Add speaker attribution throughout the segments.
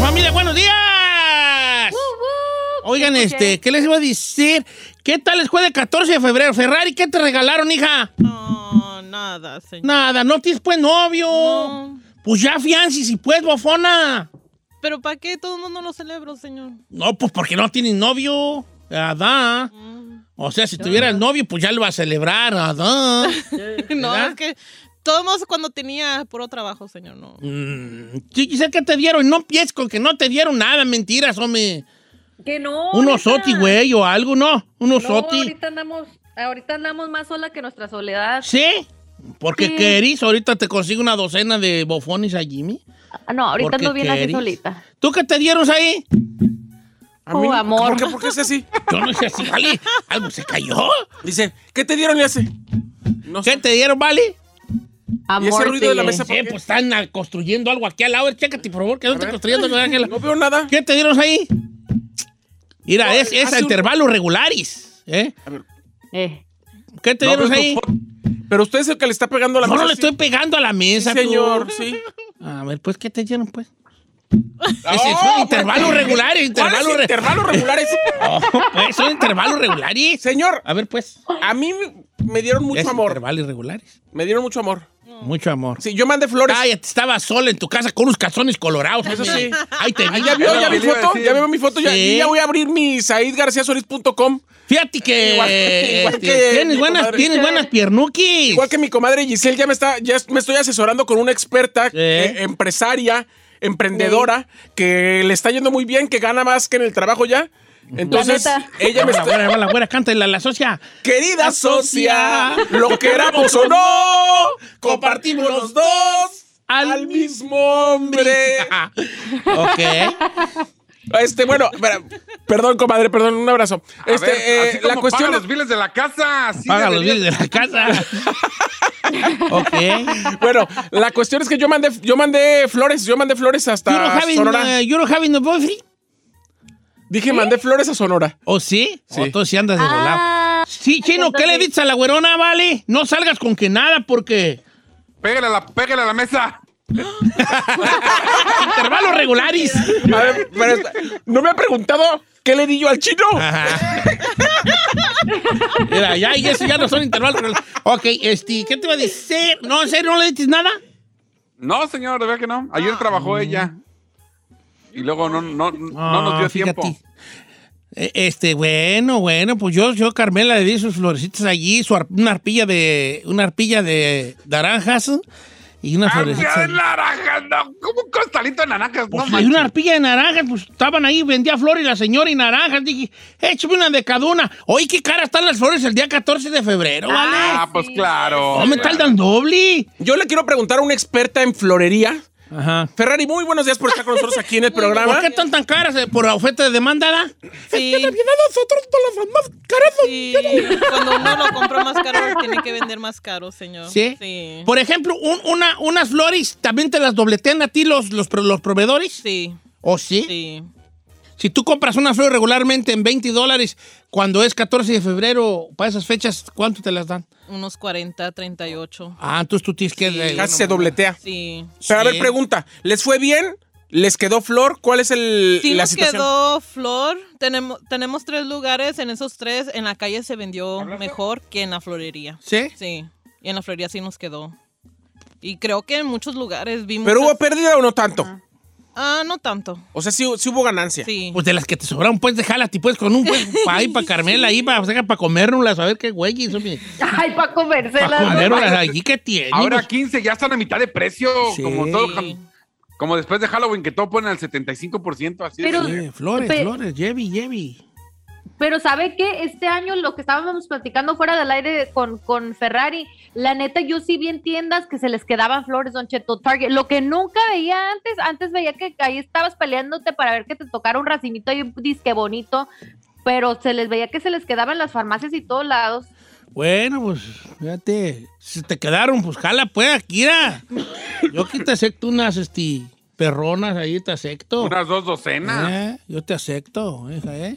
Speaker 1: familia, buenos días. Oigan, este, ¿qué les iba a decir? ¿Qué tal les fue de 14 de febrero? Ferrari, ¿qué te regalaron, hija?
Speaker 2: No, nada, señor.
Speaker 1: Nada, no tienes pues novio.
Speaker 2: No.
Speaker 1: Pues ya fiancis y pues, bofona.
Speaker 2: ¿Pero para qué todo el mundo lo celebra, señor?
Speaker 1: No, pues porque no tienes novio. Adá. O sea, si tuviera el novio, pues ya lo va a celebrar. Adá.
Speaker 2: No,
Speaker 1: ¿Verdad?
Speaker 2: es que todos cuando tenía puro trabajo, señor, no.
Speaker 1: Mm, sí, quizá que te dieron. No empieces con que no te dieron nada. Mentiras, hombre.
Speaker 3: Que no.
Speaker 1: Unos
Speaker 3: ahorita.
Speaker 1: soti, güey, o algo, ¿no? Unos
Speaker 3: No,
Speaker 1: soti.
Speaker 3: ahorita andamos, ahorita andamos más sola que nuestra soledad.
Speaker 1: ¿Sí? Porque
Speaker 3: Sí.
Speaker 1: querís, ahorita te consigo una docena de bofones a Jimmy.
Speaker 3: Ah, No, ahorita
Speaker 1: Porque
Speaker 3: ando bien así
Speaker 1: querís.
Speaker 3: solita.
Speaker 1: ¿Tú qué te dieron ahí?
Speaker 4: A mí
Speaker 3: Oh,
Speaker 4: no-
Speaker 3: amor.
Speaker 4: ¿Por qué, por qué es así?
Speaker 1: Yo no sé si, vale. ¿Algo se cayó?
Speaker 4: Dice, ¿qué te dieron y hace? No
Speaker 1: ¿Qué
Speaker 4: sé.
Speaker 1: te dieron, vale?
Speaker 3: Amor.
Speaker 4: ruido de la
Speaker 3: te-
Speaker 4: mesa? ¿Por
Speaker 1: Eh,
Speaker 4: qué?
Speaker 1: pues están ah, construyendo algo aquí al lado. A ver, Chécate, por favor, que no
Speaker 4: A
Speaker 1: están
Speaker 4: ver.
Speaker 1: construyendo nada, Ángela.
Speaker 4: No veo nada.
Speaker 1: ¿Qué te dieron ahí? Mira, es, es a
Speaker 4: hace un-
Speaker 1: intervalos regulares. ¿eh?
Speaker 3: Eh,
Speaker 1: ¿Qué te
Speaker 4: No
Speaker 1: dieron
Speaker 4: veo
Speaker 1: ahí?
Speaker 4: tu foto. Pero usted es el que le está pegando a la
Speaker 1: Yo no le
Speaker 4: mesa, sí.
Speaker 1: estoy pegando a la mesa,
Speaker 4: Sí,
Speaker 1: tú.
Speaker 4: señor, sí.
Speaker 1: A ver, pues, ¿qué te dieron, pues?
Speaker 4: Ah,
Speaker 1: Ese, son
Speaker 4: pues,
Speaker 1: intervalos
Speaker 4: ¿qué?
Speaker 1: regulares,
Speaker 4: ¿Cuáles
Speaker 1: intervalos re-
Speaker 4: intervalos regulares.
Speaker 1: Oh, pues, son intervalos regulares.
Speaker 4: Señor,
Speaker 1: A ver, pues.
Speaker 4: a mí me dieron mucho
Speaker 1: es
Speaker 4: amor.
Speaker 1: Intervalos regulares.
Speaker 4: Me dieron mucho amor.
Speaker 1: Mucho amor.
Speaker 4: Sí, yo mandé flores.
Speaker 1: Cállate, estaba sola en tu casa con unos calzones colorados.
Speaker 4: Eso
Speaker 1: hombre.
Speaker 4: sí.
Speaker 1: Ahí te vi.
Speaker 4: ¿Ya vio
Speaker 5: Era
Speaker 4: ya
Speaker 5: lo
Speaker 4: mi
Speaker 5: que le iba a
Speaker 4: foto?
Speaker 5: decir.
Speaker 4: ¿Ya veo mi foto? Ya,
Speaker 1: Sí.
Speaker 4: y ya voy a abrir mi saidgarciasolis.com.
Speaker 1: Fíjate que,
Speaker 4: Igual- igual que
Speaker 1: este, tienes
Speaker 4: mi
Speaker 1: buenas,
Speaker 4: comadre.
Speaker 1: tienes buenas piernuquis.
Speaker 4: Igual que mi comadre Giselle, ya me está, ya me estoy asesorando con una experta,
Speaker 1: Sí.
Speaker 4: eh, empresaria, emprendedora, que le está yendo muy bien, que gana más que en el trabajo ya. Entonces,
Speaker 3: La neta.
Speaker 4: ella me
Speaker 1: Vámonos,
Speaker 4: está.
Speaker 1: güera, vámonos, güera, cántale a la socia.
Speaker 4: Querida
Speaker 1: La
Speaker 4: socia,
Speaker 1: socia.
Speaker 4: lo queramos o no, compartimos los dos
Speaker 1: Al
Speaker 4: al, mismo hombre.
Speaker 1: ok.
Speaker 4: Este, bueno, espera, perdón, comadre, perdón, un abrazo.
Speaker 5: A
Speaker 4: Este,
Speaker 5: ver,
Speaker 4: eh,
Speaker 5: así
Speaker 4: la
Speaker 5: como
Speaker 4: cuestión
Speaker 5: paga
Speaker 4: es.
Speaker 5: los biles de la casa. así
Speaker 1: Paga los
Speaker 5: debería-
Speaker 1: bienes de la casa. ok.
Speaker 4: Bueno, la cuestión es que yo mandé, yo mandé flores, yo mandé flores hasta
Speaker 1: You're having,
Speaker 4: Sonora.
Speaker 1: uh, you're having a boyfriend.
Speaker 4: Dije, mandé flores a Sonora.
Speaker 1: ¿O sí?
Speaker 4: Sí.
Speaker 1: O tú sí andas de volado.
Speaker 3: ah,
Speaker 1: Sí, chino, ¿qué le dices a la güerona, vale? No salgas con que nada porque
Speaker 5: Pégale a la, pégale a la mesa.
Speaker 1: intervalos regulares.
Speaker 4: A ver, pero esta- no me ha preguntado qué le di yo al chino.
Speaker 1: Ah. Mira, ya, y eso ya no son intervalos regulares. Ok, este, ¿qué te va a decir? No, en serio, ¿no le dices nada?
Speaker 5: No, señor, de verdad que no. Ayer trabajó ella. Y luego no, no, no nos dio
Speaker 1: Ah, fíjate.
Speaker 5: tiempo.
Speaker 1: Eh, Este, bueno, bueno, pues yo, yo Carmela le di sus florecitas allí, su ar- una arpilla de una arpilla de naranjas y una
Speaker 5: ¡Ah,
Speaker 1: florecita.
Speaker 5: de naranjas! No, como un costalito de naranjas. no
Speaker 1: y
Speaker 5: manches.
Speaker 1: una arpilla de naranjas, pues estaban ahí, vendía flores la señora y naranjas. Dije, échame una de cada una. Oye, qué cara están las flores el día 14 de febrero, ¿vale?
Speaker 5: Ah, pues claro.
Speaker 1: no me tardan doble.
Speaker 4: Yo le quiero preguntar a una experta en florería.
Speaker 1: Ajá.
Speaker 4: Ferrari, muy buenos días por estar con nosotros aquí en el
Speaker 1: ¿Por
Speaker 4: programa.
Speaker 1: qué están tan caras? eh, ¿Por la oferta de demanda? da?
Speaker 2: Sí,
Speaker 1: nosotros todas las más caras.
Speaker 2: sí. Cuando uno lo compra más caro, tiene que vender más caro, señor.
Speaker 1: ¿Sí? Pues,
Speaker 2: Sí.
Speaker 1: Por ejemplo, un- una, unas flores, ¿también te las dobletean a ti los, los, pro- los proveedores?
Speaker 2: Sí,
Speaker 1: ¿O sí?
Speaker 2: sí.
Speaker 1: Si tú compras una flor regularmente en 20 dólares, cuando es 14 de febrero, para esas fechas, ¿cuánto te las dan?
Speaker 2: Unos 40, 38.
Speaker 1: Ah, entonces tú tienes que... eh,
Speaker 4: Casi se dobletea.
Speaker 2: Sí.
Speaker 4: Pero a
Speaker 1: Sí.
Speaker 4: ver, pregunta, ¿les fue bien? ¿Les quedó flor? ¿Cuál es el,
Speaker 2: Sí
Speaker 4: Eh, la
Speaker 2: nos
Speaker 4: situación?
Speaker 2: quedó Flor. Tenemos, tenemos tres lugares. En esos tres, en la calle se vendió mejor que en la florería.
Speaker 1: ¿Sí?
Speaker 2: Sí. Y en la florería sí nos quedó. Y creo que en muchos lugares vimos.
Speaker 4: ¿Pero hubo pérdida o no tanto?
Speaker 2: Ah, no tanto.
Speaker 4: O sea, sí, sí hubo ganancia.
Speaker 2: Sí.
Speaker 1: Pues de las que te sobraron, pues déjalas, y pues con un buen pa' ahí, para Carmela, ahí, para pa comérnoslas, a ver qué güey,
Speaker 3: Ah, Ay, para
Speaker 1: para
Speaker 3: comérselas.
Speaker 1: comérnoslas allí que tiene.
Speaker 5: Ahora 15 ya están a mitad de precio.
Speaker 1: Sí.
Speaker 5: Como todo. Como después de Halloween, que todo ponen al 75%. Así
Speaker 3: Pero-
Speaker 5: es.
Speaker 1: Eh, flores,
Speaker 3: Pe-
Speaker 1: flores, Jevi, Jevi.
Speaker 3: Pero ¿sabe qué? Este año lo que estábamos platicando fuera del aire con, con Ferrari, la neta yo sí vi en tiendas que se les quedaban flores, Don Cheto Target. Lo que nunca veía antes, antes veía que ahí estabas peleándote para ver que te tocara un racimito y un disque bonito, pero se les veía que se les quedaban las farmacias y todos lados.
Speaker 1: Bueno, pues, fíjate, si te quedaron, pues jala, pues, Akira. Yo aquí te acepto unas, este, perronas, ahí te acepto.
Speaker 5: Unas dos docenas.
Speaker 1: Eh, yo te acepto, hija, ¿eh?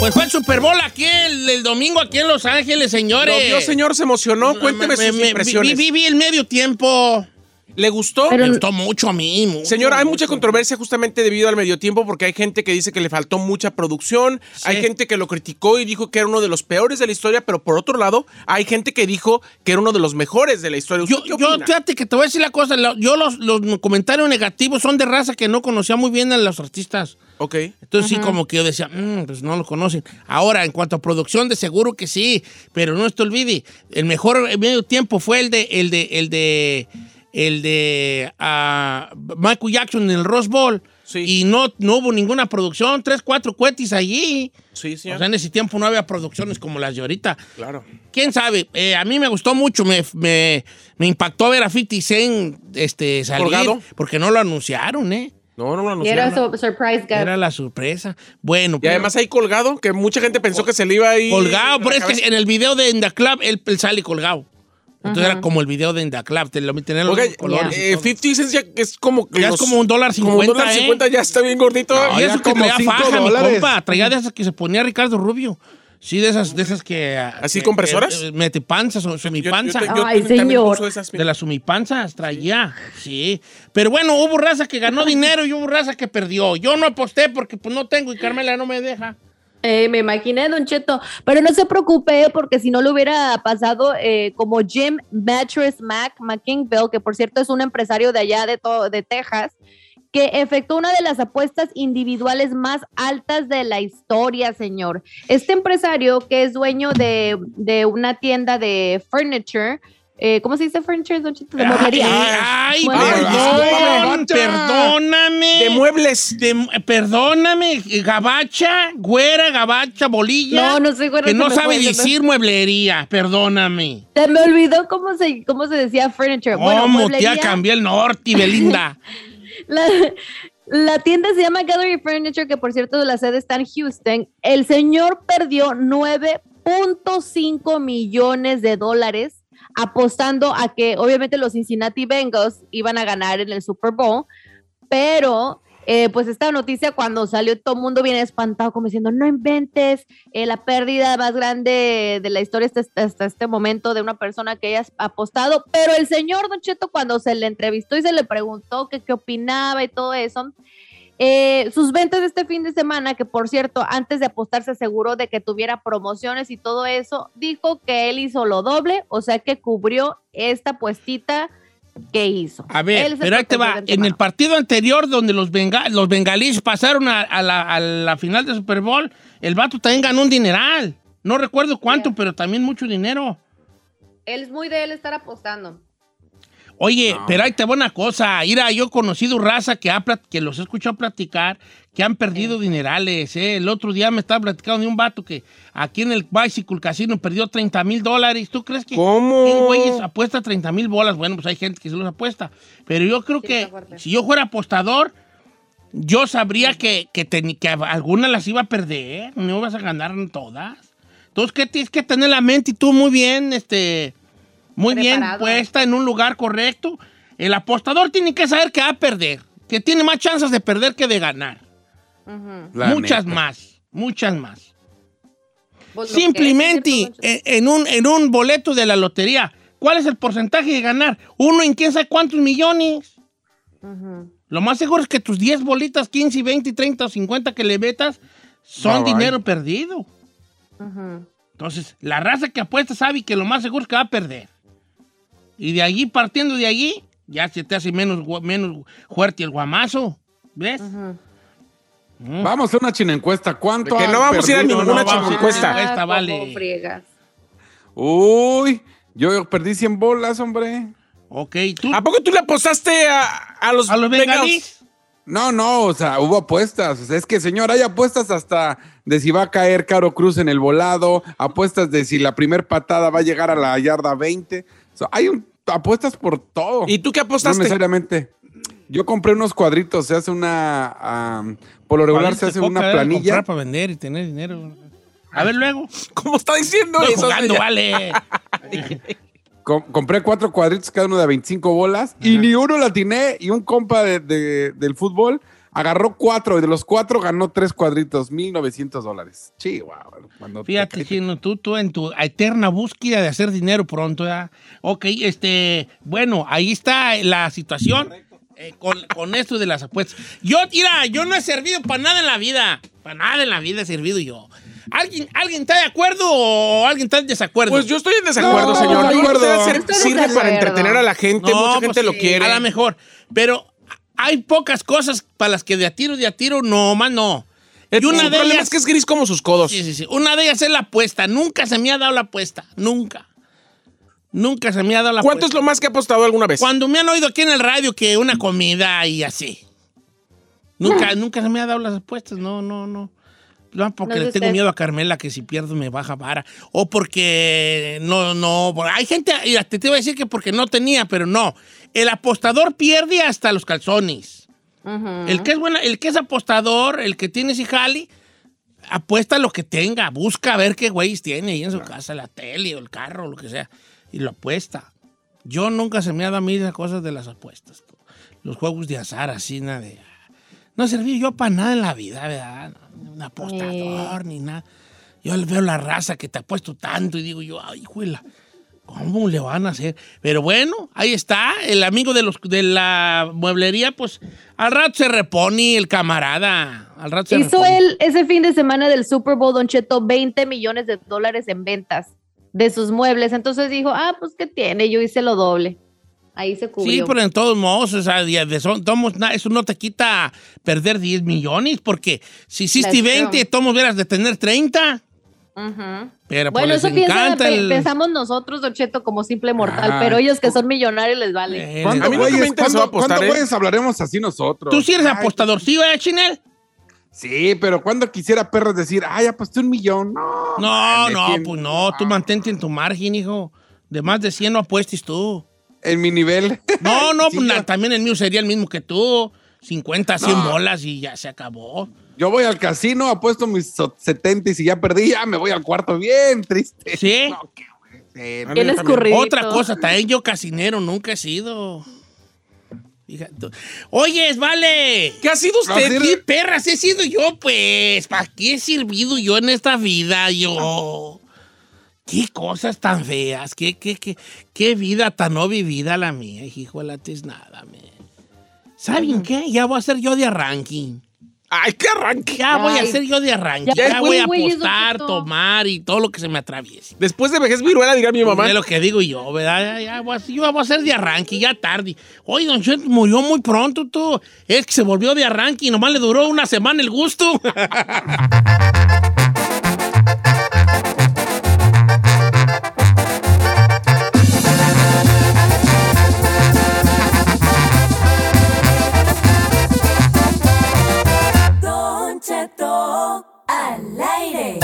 Speaker 1: Pues fue el Super Bowl aquí el, el domingo aquí en Los Ángeles,
Speaker 4: Lo
Speaker 1: señores.
Speaker 4: vio, señor, se emocionó. Cuénteme
Speaker 1: Me-
Speaker 4: sus
Speaker 1: me-
Speaker 4: impresiones.
Speaker 1: Vi, vi- vi el medio tiempo.
Speaker 4: ¿Le gustó?
Speaker 3: Pero-
Speaker 1: Me gustó mucho a mí. mucho,
Speaker 4: Señor, hay mucha
Speaker 1: mucho.
Speaker 4: controversia justamente debido al medio tiempo porque hay gente que dice que le faltó mucha producción,
Speaker 1: Sí.
Speaker 4: hay gente que lo criticó y dijo que era uno de los peores de la historia, pero por otro lado, hay gente que dijo que era uno de los mejores de la historia. ¿Usted
Speaker 1: Yo,
Speaker 4: qué
Speaker 1: yo,
Speaker 4: opina?
Speaker 1: fíjate que te voy a decir la cosa. la- Yo los, los comentarios negativos son de raza que no conocía muy bien a los artistas.
Speaker 4: Ok.
Speaker 1: Entonces sí, como que yo decía, "Mm, pues no lo conocen. Ahora, en cuanto a producción, de seguro que sí, pero no te olvides, el mejor eh, medio tiempo fue el de, el de, el de, el de ah, Michael Jackson en el Rose Bowl.
Speaker 4: Sí.
Speaker 1: Y no, no hubo ninguna producción, tres, cuatro cuetis allí.
Speaker 4: Sí, señor.
Speaker 1: O sea, en ese tiempo no había producciones como las de ahorita.
Speaker 4: claro.
Speaker 1: ¿Quién sabe? Eh, a mí me gustó mucho, me, me, me impactó ver a 50 Cent este, salir.
Speaker 4: ¿Colgado?
Speaker 1: Porque no lo anunciaron, ¿eh?
Speaker 4: No, no lo
Speaker 3: Y era
Speaker 4: anunciaron.
Speaker 3: su- surprise guest.
Speaker 1: Era la sorpresa. Bueno.
Speaker 4: Y además ahí colgado, que mucha gente pensó que se le iba ahí.
Speaker 1: Colgado, pero es que
Speaker 4: cabeza.
Speaker 1: en el video de Enda Club él, él sale colgado. Entonces era como el video de Enda Club, te lo tenían los
Speaker 4: Oiga,
Speaker 1: mismos colores. y
Speaker 4: eh,
Speaker 1: todo.
Speaker 4: 50 cents ya es como. que
Speaker 1: Ya es
Speaker 4: los-
Speaker 1: como un dólar
Speaker 4: Como un
Speaker 1: cincuenta,
Speaker 4: dólar
Speaker 1: ¿eh?
Speaker 4: cincuenta ya está bien gordito.
Speaker 1: No,
Speaker 4: y
Speaker 1: y
Speaker 4: eso
Speaker 1: eso
Speaker 4: que
Speaker 1: como
Speaker 4: traía
Speaker 1: Ah, traía faja, mi
Speaker 4: dólares.
Speaker 1: compa, traía de esas que se ponía Ricardo Rubio. Sí, de esas, de esas que...
Speaker 4: ¿Así
Speaker 1: que-
Speaker 4: compresoras?
Speaker 1: que- eh, Metipanzas o
Speaker 4: Yo- yo
Speaker 1: semipanza.
Speaker 4: te- yo
Speaker 3: Ay,
Speaker 4: también
Speaker 3: señor.
Speaker 4: uso esas,
Speaker 1: Ah, De las sumipanzas traía, sí. Pero bueno, hubo raza que ganó dinero y hubo raza que perdió. Yo no aposté porque pues, no tengo y Carmela no me deja.
Speaker 3: Eh, me imaginé, Don Cheto. Pero no se preocupe, porque si no le hubiera pasado eh, como Jim Mattress Mac McKingville, que por cierto es un empresario de allá de, todo, de Texas, que efectuó una de las apuestas individuales más altas de la historia, señor. Este empresario, que es dueño de, de una tienda de furniture, eh, ¿cómo se dice furniture, Don Cheto? De
Speaker 1: Ay,
Speaker 3: mueblería.
Speaker 1: ay,
Speaker 3: Mueblería.
Speaker 1: perdón,
Speaker 4: Gabacha.
Speaker 1: perdóname.
Speaker 4: De muebles.
Speaker 1: Te- perdóname, gabacha, güera, gabacha, bolilla.
Speaker 3: No, no sé, güera,
Speaker 1: Que
Speaker 3: se
Speaker 1: no
Speaker 3: me
Speaker 1: sabe
Speaker 3: fue, se me-
Speaker 1: decir mueblería, perdóname.
Speaker 3: Se me olvidó cómo se, cómo se decía furniture. Bueno,
Speaker 1: ¿Cómo te ha
Speaker 3: mueblería.
Speaker 1: cambiado el norte, Belinda?
Speaker 3: La, la tienda se llama Gallery Furniture, que por cierto la sede está en Houston. El señor perdió 9.5 millones de dólares apostando a que obviamente los Cincinnati Bengals iban a ganar en el Super Bowl, pero eh, pues esta noticia cuando salió todo el mundo viene espantado como diciendo, no inventes eh, la pérdida más grande de la historia hasta, hasta este momento de una persona que haya apostado, pero el señor Don Cheto cuando se le entrevistó y se le preguntó que qué opinaba y todo eso, eh, sus ventas de este fin de semana, que por cierto, antes de apostar se aseguró de que tuviera promociones y todo eso, dijo que él hizo lo doble, o sea que cubrió esta puestita que hizo.
Speaker 1: A ver,
Speaker 3: Él se
Speaker 1: pero ahí te
Speaker 3: propuso
Speaker 1: va.
Speaker 3: de
Speaker 1: En el
Speaker 3: antemano.
Speaker 1: partido anterior donde los, benga- los bengalíes pasaron a, a la, a la final de Super Bowl, el vato también ganó un dineral. No recuerdo cuánto,
Speaker 3: Ya.
Speaker 1: pero también mucho dinero.
Speaker 3: Él es muy de él estar apostando.
Speaker 1: Oye, pero ahí te va una cosa. Mira, yo he conocido raza que, ha plat- que los he escuchado platicar que han perdido dinerales. ¿eh? El otro día me estaba platicando de un vato que aquí en el Bicycle Casino perdió 30 mil dólares. ¿Tú crees que
Speaker 4: ¿Cómo?
Speaker 1: ¿Quién, güeyes, apuesta 30 mil bolas? Bueno, pues hay gente que se los apuesta. Pero yo creo
Speaker 3: Sí,
Speaker 1: que
Speaker 3: está fuerte.
Speaker 1: si yo fuera apostador, yo sabría que, que, teni- que algunas las iba a perder. No ibas a ganar todas. Entonces, ¿qué tienes que tener la mente y tú muy bien, este, muy bien
Speaker 3: Preparado.
Speaker 1: puesta en un lugar correcto? El apostador tiene que saber que va a perder, que tiene más chances de perder que de ganar.
Speaker 5: La
Speaker 1: muchas
Speaker 5: neta.
Speaker 1: más, muchas más.
Speaker 3: Pues
Speaker 1: Simplemente en, en un, en un boleto de la lotería, ¿cuál es el porcentaje de ganar? Uno en quién sabe cuántos millones. Lo más seguro es que tus 10 bolitas, 15, y 20, y 30 o 50 que le metas, son
Speaker 5: Bye, bye.
Speaker 1: dinero perdido. Entonces, la raza que apuesta sabe que lo más seguro es que va a perder. Y de allí, partiendo de allí, ya se te hace menos, gu- menos fuerte el guamazo. ¿Ves? Mm.
Speaker 5: Vamos a hacer una china encuesta. ¿Cuánto?
Speaker 4: Que
Speaker 5: han
Speaker 4: no vamos a ir a
Speaker 5: perdido?
Speaker 4: ninguna
Speaker 5: No, vamos.
Speaker 4: china encuesta.
Speaker 1: Ah, Esta vale. como
Speaker 5: Uy, yo perdí 100 bolas, hombre.
Speaker 1: Ok, tú.
Speaker 5: Ah,
Speaker 4: ¿A poco tú le apostaste a, a
Speaker 5: pues,
Speaker 4: los,
Speaker 1: A los
Speaker 4: Bengals?
Speaker 1: bengalíes.
Speaker 5: No, no, o sea, hubo apuestas. O sea, es que, señor, hay apuestas hasta de si va a caer Caro Cruz en el volado, apuestas de si la primer patada va a llegar a la yarda 20. O sea, hay un- apuestas por todo.
Speaker 4: ¿Y tú qué
Speaker 5: No
Speaker 4: apostaste?
Speaker 5: necesariamente. Yo compré unos cuadritos, se hace una... am, por lo regular se hace
Speaker 1: Cuadritos de
Speaker 5: una
Speaker 1: coca, ¿eh?
Speaker 5: planilla. Ah.
Speaker 1: Comprar para vender y tener dinero. A ver luego.
Speaker 4: ¿Cómo está diciendo
Speaker 1: Estoy
Speaker 4: eso?
Speaker 1: jugando,
Speaker 4: señor?
Speaker 1: vale.
Speaker 5: Com- compré cuatro cuadritos, cada uno de 25 bolas, y ni uno la atiné. Y un compa de- de- del fútbol Agarró cuatro y de los cuatro ganó tres cuadritos, 1.900 dólares. Chihuahua. cuando te
Speaker 1: Fíjate,
Speaker 5: cae-
Speaker 1: Chino, tú, tú en tu eterna búsqueda de hacer dinero pronto, ¿verdad? Ok, este, bueno, ahí está la situación eh, con, con esto de las apuestas. Yo, mira, yo no he servido para nada en la vida. Para nada en la vida he servido yo. ¿Alguien, ¿Alguien está de acuerdo o alguien está en desacuerdo?
Speaker 4: Pues yo estoy en desacuerdo,
Speaker 5: No,
Speaker 4: señor.
Speaker 5: de
Speaker 4: Yo creo que
Speaker 5: acuerdo.
Speaker 4: ser-
Speaker 3: Estoy de
Speaker 4: sirve para
Speaker 3: acuerdo.
Speaker 4: entretener a la gente, mucha gente
Speaker 1: pues
Speaker 4: lo
Speaker 1: sí,
Speaker 4: quiere.
Speaker 1: A lo mejor. Pero hay pocas cosas para las que de a tiro, de a tiro, no, más no.
Speaker 4: El
Speaker 1: Y una de
Speaker 4: problema
Speaker 1: ellas.
Speaker 4: es que es gris como sus codos.
Speaker 1: Sí, sí, sí. Una de ellas es la apuesta. Nunca se me ha dado la apuesta. Nunca. Nunca se me ha dado la
Speaker 4: ¿Cuánto es
Speaker 1: apuesta.
Speaker 4: lo más que ha apostado alguna vez?
Speaker 1: Cuando me han oído aquí en el radio que una comida y así. Nunca, nunca se me ha dado las apuestas. No, no, no. No, porque
Speaker 3: No es
Speaker 1: le
Speaker 3: de
Speaker 1: tengo
Speaker 3: usted.
Speaker 1: miedo a Carmela que si pierdo me baja vara. O porque no, no. Hay gente, y te, te iba a decir que porque no tenía, pero no. El apostador pierde hasta los calzones. El que es buena, el que es apostador, el que tiene ese jali, apuesta lo que tenga, busca a ver qué güeyes tiene ahí en su casa, la tele o el carro, lo que sea, y lo apuesta. Yo nunca se me ha dado a mí esas cosas de las apuestas. tú. Los juegos de azar, así, nada de... No serví yo para nada en la vida, ¿verdad? No, Un apostador ni nada. Yo veo la raza que te ha puesto tanto y digo yo, ay, juela, ¿cómo le van a hacer? Pero bueno, ahí está, el amigo de, los, de la mueblería, pues al rato se repone el camarada. Al rato se
Speaker 3: Hizo
Speaker 1: repone.
Speaker 3: él ese fin de semana del Super Bowl, Don Cheto, 20 millones de dólares en ventas de sus muebles. Entonces dijo, ah, pues ¿qué tiene? Yo hice lo doble. Ahí se
Speaker 1: Sí,
Speaker 3: cubrió.
Speaker 1: pero en todos modos, o sea, de- de son- tomos, na- eso no te quita perder 10 millones, porque si hiciste
Speaker 3: That's true.
Speaker 1: 20, tomos hubieras de tener 30.
Speaker 3: Ujú.
Speaker 1: Pero
Speaker 3: Bueno,
Speaker 1: pues
Speaker 3: eso
Speaker 1: les
Speaker 3: piensa,
Speaker 1: encanta
Speaker 3: pe-
Speaker 1: el-
Speaker 3: pensamos nosotros, Don Cheto, como simple mortal,
Speaker 5: Ah,
Speaker 3: pero ellos que son millonarios les vale.
Speaker 1: Eh,
Speaker 5: ¿Cuánto
Speaker 4: A mí nunca me
Speaker 5: güeyes-
Speaker 4: interesó
Speaker 5: cuánto-
Speaker 4: apostar,
Speaker 5: cuánto
Speaker 4: ¿eh?
Speaker 5: güeyes hablaremos así nosotros?
Speaker 1: Tú sí eres
Speaker 5: Ay,
Speaker 1: apostador, ¿sí, eh, Chinel?
Speaker 5: Sí, pero cuando quisiera perros decir, ay, aposté un millón. No,
Speaker 1: No,
Speaker 5: man, me
Speaker 1: no,
Speaker 5: tienen-
Speaker 1: pues no,
Speaker 5: Ah.
Speaker 1: tú mantente en tu margen, hijo. De más de 100 no apuestes tú.
Speaker 5: En mi nivel.
Speaker 1: No, no,
Speaker 5: Sí,
Speaker 1: pues
Speaker 5: yo-
Speaker 1: na- también el mío sería el mismo que tú. 50, 100
Speaker 5: No.
Speaker 1: bolas y ya se acabó.
Speaker 5: Yo voy al casino, apuesto mis so- 70 y si ya perdí, ya me voy al cuarto bien triste.
Speaker 1: ¿Sí?
Speaker 5: No, qué güey. Sí, no.
Speaker 3: Bien
Speaker 4: también.
Speaker 3: escurridito.
Speaker 1: Otra cosa, también yo casinero nunca he sido. Fíjate. Oyes, vale.
Speaker 4: ¿Qué ha sido usted?
Speaker 5: Así-
Speaker 1: ¿Qué perras he sido yo, pues? ¿Para qué he servido yo en esta vida, yo? Qué cosas tan feas, qué, qué, qué, qué vida tan no vivida la mía, hijo de la tiznada, me. ¿Saben qué? Ya voy a ser yo de arranque.
Speaker 4: Ay, qué arranque.
Speaker 1: Ya voy a
Speaker 3: Ay.
Speaker 1: ser yo de arranque. Ya,
Speaker 3: Ya,
Speaker 1: voy a
Speaker 3: güey, güey, eso
Speaker 1: apostar,
Speaker 3: es todo.
Speaker 1: tomar y todo lo que se me atraviese.
Speaker 4: Después de vejez viruela, dirá mi mamá.
Speaker 1: Es lo que digo yo, ¿verdad? Ya, ya voy a, yo voy a ser de arranque, ya tarde. Oye, don Chet murió muy pronto, tú. Es que se volvió de arranque y nomás le duró una semana el gusto.
Speaker 6: Don Cheto al aire.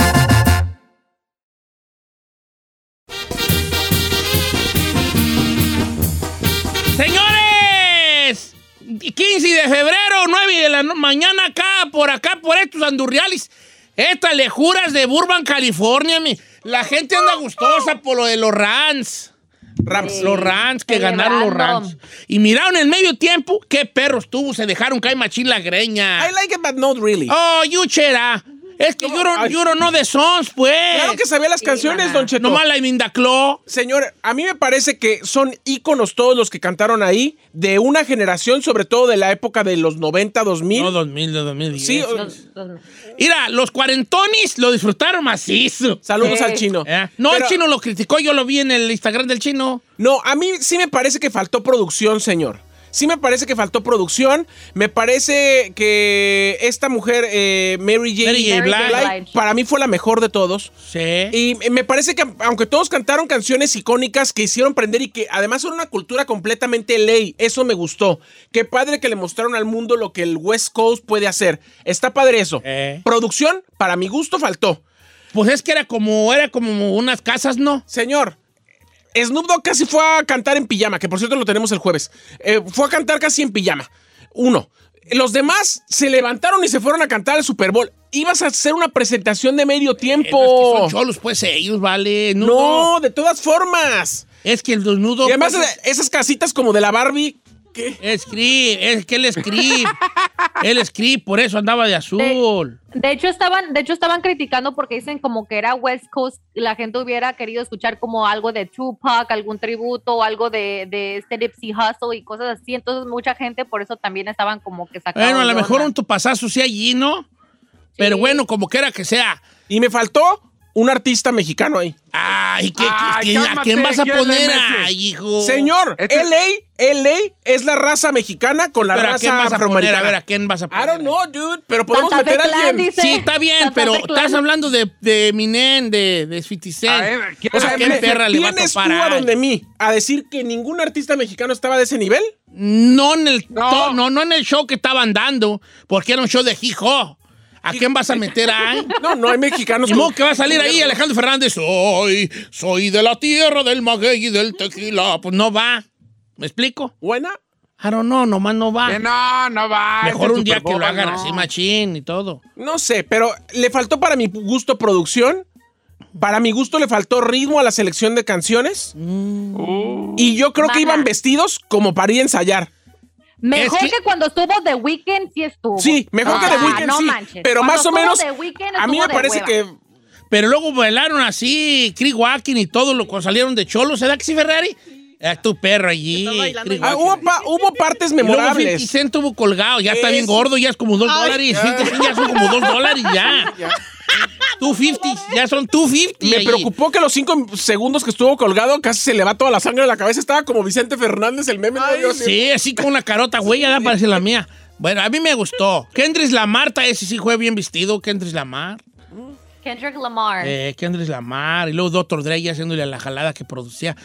Speaker 1: ¡Señores! 15 de febrero, 9 de la no- mañana acá, por acá, por estos andurriales. Estas lejuras de Burbank, California, mi. La gente anda gustosa por lo de los Rams.
Speaker 4: Rams.
Speaker 1: Los Rams, que ganaron los
Speaker 3: celebrando.
Speaker 1: Rams. Y miraron el medio tiempo, qué perros tuvo, se dejaron caer machín la greña.
Speaker 4: I like it, but not really.
Speaker 1: Oh, Yuchera. Es que yo no,
Speaker 4: ay.
Speaker 1: yo no know de sons, pues.
Speaker 4: claro que sabía las canciones, Don Cheto.
Speaker 1: Nomás la Imindacló.
Speaker 4: Señor, a mí me parece que son íconos todos los que cantaron ahí, de una generación, sobre todo de la época de los 90, 2000.
Speaker 1: No, 2000, de 2010.
Speaker 4: sí, o-
Speaker 1: Mira, los cuarentonis lo disfrutaron macizo.
Speaker 4: saludos
Speaker 3: Sí.
Speaker 4: al chino.
Speaker 1: Eh, No,
Speaker 4: Pero-
Speaker 1: el chino lo criticó, yo lo vi en el Instagram del chino.
Speaker 4: No, a mí sí me parece que faltó producción, señor. Sí me parece que faltó producción. Me parece que esta mujer, eh, Mary J.
Speaker 1: Mary J. Blige.
Speaker 4: para mí fue la mejor de todos.
Speaker 1: Sí.
Speaker 4: Y me parece que aunque todos cantaron canciones icónicas que hicieron prender y que además son una cultura completamente ley, eso me gustó. Qué padre que le mostraron al mundo lo que el West Coast puede hacer. Está padre eso.
Speaker 1: Eh.
Speaker 4: Producción, para mi gusto, faltó.
Speaker 1: Pues es que era como, era como unas casas, ¿no?
Speaker 4: Señor, Snoop Dogg casi fue a cantar en pijama, que por cierto lo tenemos el jueves. Eh, fue a cantar casi en pijama. Uno. Los demás se levantaron y se fueron a cantar al Super Bowl. Ibas a hacer una presentación de medio
Speaker 1: Eh, no, es
Speaker 4: tiempo.
Speaker 1: que son cholos, pues ellos, vale. No.
Speaker 4: no, de todas formas.
Speaker 1: Es que el desnudo.
Speaker 4: Y además
Speaker 1: pues,
Speaker 4: esas casitas como de la Barbie, que qué?
Speaker 1: Es Creed, es que él es Creed. él es Creed, por eso andaba de azul.
Speaker 3: De hecho, estaban, de hecho, estaban criticando porque dicen como que era West Coast, la gente hubiera querido escuchar como algo de Tupac, algún tributo, o algo de, de este Nipsey Hussle y cosas así. Entonces, mucha gente por eso también estaban como que sacando.
Speaker 1: bueno, a lo mejor un topazazo sí allí, ¿no? Pero
Speaker 3: Sí.
Speaker 1: bueno, como quiera que sea.
Speaker 4: Y me faltó un artista mexicano ahí.
Speaker 1: Ay, ¿qué, qué-
Speaker 5: Ay,
Speaker 1: quién- ¿a quién
Speaker 5: cálmate,
Speaker 1: vas a
Speaker 5: ¿quién le
Speaker 1: poner?
Speaker 5: metes?
Speaker 1: Ay, hijo.
Speaker 4: Señor,
Speaker 5: Este-
Speaker 4: LA, LA es la raza mexicana con la
Speaker 1: ¿Pero a quién
Speaker 4: raza
Speaker 1: vas a poner? A ver, ¿a
Speaker 4: afroamericana.
Speaker 1: quién vas a
Speaker 4: I
Speaker 1: poner?
Speaker 4: don't know, dude, pero podemos
Speaker 3: Santa Fe
Speaker 4: meter a
Speaker 3: Clan,
Speaker 4: alguien.
Speaker 3: dice.
Speaker 1: Sí, está bien,
Speaker 3: Santa
Speaker 1: pero
Speaker 3: Fe Clan.
Speaker 1: estás hablando de, de Minen, de, de 50 Cent.
Speaker 5: A ver, ¿quién
Speaker 1: O sea,
Speaker 5: la
Speaker 1: ¿qué
Speaker 5: metes?
Speaker 1: perra le va a
Speaker 4: ¿Vienes
Speaker 1: topar
Speaker 4: tú
Speaker 1: a
Speaker 4: a
Speaker 1: alguien?
Speaker 4: donde mí a decir que ningún artista mexicano estaba de ese nivel?
Speaker 1: No en el
Speaker 5: No.
Speaker 1: to- no, no en el show que estaban dando, porque era un show de hijo. ¿A quién vas a meter ahí?
Speaker 4: No, no hay mexicanos.
Speaker 1: Ni modo
Speaker 4: como-
Speaker 1: que va a salir ahí Alejandro Fernández. Soy, soy de la tierra del maguey y del tequila. Pues no va. ¿Me explico?
Speaker 4: Buena.
Speaker 1: I don't know, nomás no va.
Speaker 5: Que no, no va.
Speaker 1: Mejor
Speaker 5: este
Speaker 1: un día
Speaker 5: Super
Speaker 1: que lo
Speaker 5: Bowl,
Speaker 1: hagan
Speaker 5: no.
Speaker 1: así, machín y todo.
Speaker 4: No sé, pero le faltó para mi gusto producción. Para mi gusto le faltó ritmo a la selección de canciones.
Speaker 1: Mm.
Speaker 4: Y yo creo que
Speaker 3: Baja.
Speaker 4: iban vestidos como para ir a ensayar.
Speaker 3: Mejor
Speaker 1: Es que-
Speaker 3: que... cuando estuvo The Weeknd, sí estuvo.
Speaker 4: este Sí, mejor
Speaker 5: Ah,
Speaker 4: que The Weeknd,
Speaker 3: no
Speaker 4: sí.
Speaker 3: manches.
Speaker 4: Pero
Speaker 3: Cuando
Speaker 4: más o
Speaker 3: estuvo
Speaker 4: menos,
Speaker 3: The Weeknd,
Speaker 4: a mí
Speaker 3: estuvo
Speaker 4: me
Speaker 3: de
Speaker 4: parece
Speaker 3: hueva.
Speaker 4: que...
Speaker 1: Pero luego bailaron así, Cri Walking y todo lo que salieron de Cholo. ¿Será que sí, Ferrari? Es tu perro allí.
Speaker 2: Está bailando
Speaker 1: Creek
Speaker 2: ya.
Speaker 4: Ah,
Speaker 1: Walking.
Speaker 4: hubo, pa- hubo partes
Speaker 1: Y luego 50
Speaker 4: memorables.
Speaker 1: Cent tuvo colgado, ya está
Speaker 4: Es-
Speaker 1: bien gordo, ya es como dos dólares. 50 Cent ya son como dos dólares ya. 250, ya son 250.
Speaker 4: Me
Speaker 1: ahí.
Speaker 4: preocupó que los cinco segundos que estuvo colgado casi se le va toda la sangre de la cabeza. Estaba como Vicente Fernández, el meme. de Dios.
Speaker 1: Sí, así con una carota, güey, ya da parece la mía. Bueno, a mí me gustó. Kendrick Lamar, ta- ese sí fue bien vestido, Kendrick Lamar.
Speaker 3: Kendrick Lamar.
Speaker 1: Eh, Kendrick Lamar, y luego Dr. Dre ya haciéndole a la jalada que producía.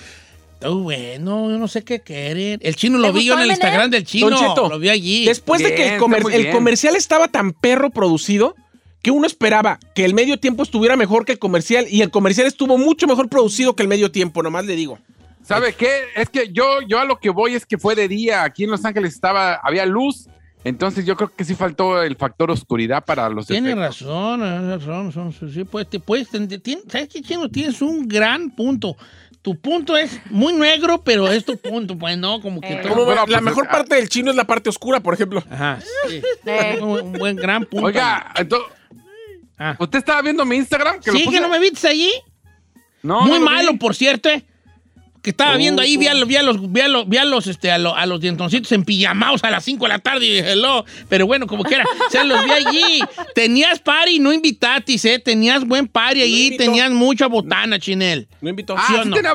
Speaker 1: Está bueno, yo no sé qué querer. El chino lo
Speaker 3: ¿Te
Speaker 1: vi yo en
Speaker 3: gustó
Speaker 1: el
Speaker 3: el menú?
Speaker 1: Instagram del chino.
Speaker 4: Don Cheto,
Speaker 1: lo vi allí.
Speaker 4: Después de que
Speaker 5: Bien,
Speaker 4: el, comer-
Speaker 5: está muy
Speaker 4: el
Speaker 5: bien.
Speaker 4: comercial estaba tan perro producido que uno esperaba que el medio tiempo estuviera mejor que el comercial y el comercial estuvo mucho mejor producido que el medio tiempo, nomás le digo.
Speaker 5: ¿Sabe qué? Es que yo, yo a lo que voy es que fue de día. Aquí en Los Ángeles estaba, había luz. Entonces yo creo que sí faltó el factor oscuridad para los
Speaker 1: Tienes
Speaker 5: efectos.
Speaker 1: razón, tienes razón, son- son- sí, pues, te puedes, ten- tien- ¿sabes qué, Chino? Tienes un gran punto. Tu punto es muy negro, pero es tu punto, pues no, como que
Speaker 3: Eh.
Speaker 1: todo-
Speaker 4: Como
Speaker 5: bueno,
Speaker 4: la
Speaker 5: pues,
Speaker 4: mejor
Speaker 5: es-
Speaker 4: parte del chino es la parte oscura, por ejemplo.
Speaker 1: Ajá, sí.
Speaker 3: Eh.
Speaker 1: Un, un buen gran punto.
Speaker 5: Oiga, ento-
Speaker 1: Ah.
Speaker 5: ¿usted estaba viendo mi Instagram? lo
Speaker 1: ¿Sí
Speaker 5: puse?
Speaker 1: que no me viste allí?
Speaker 5: No,
Speaker 1: muy
Speaker 5: no lo
Speaker 1: malo,
Speaker 5: vi. Oh,
Speaker 1: por cierto, eh, Que estaba viendo ahí, vi a, lo- vi a los, vi a, lo- vi a los, este, a, lo- a los dientoncitos en pijamaos a las 5 de la tarde y dije, hello. Pero bueno, como quiera, o sea, los vi allí. Tenías party, no invitatis, ¿eh? Tenías buen party allí,
Speaker 4: invitó.
Speaker 1: tenías mucha botana, Chinel.
Speaker 4: No invitó.
Speaker 5: Ah,
Speaker 1: ¿sí o
Speaker 5: sí
Speaker 1: no?
Speaker 5: tenía,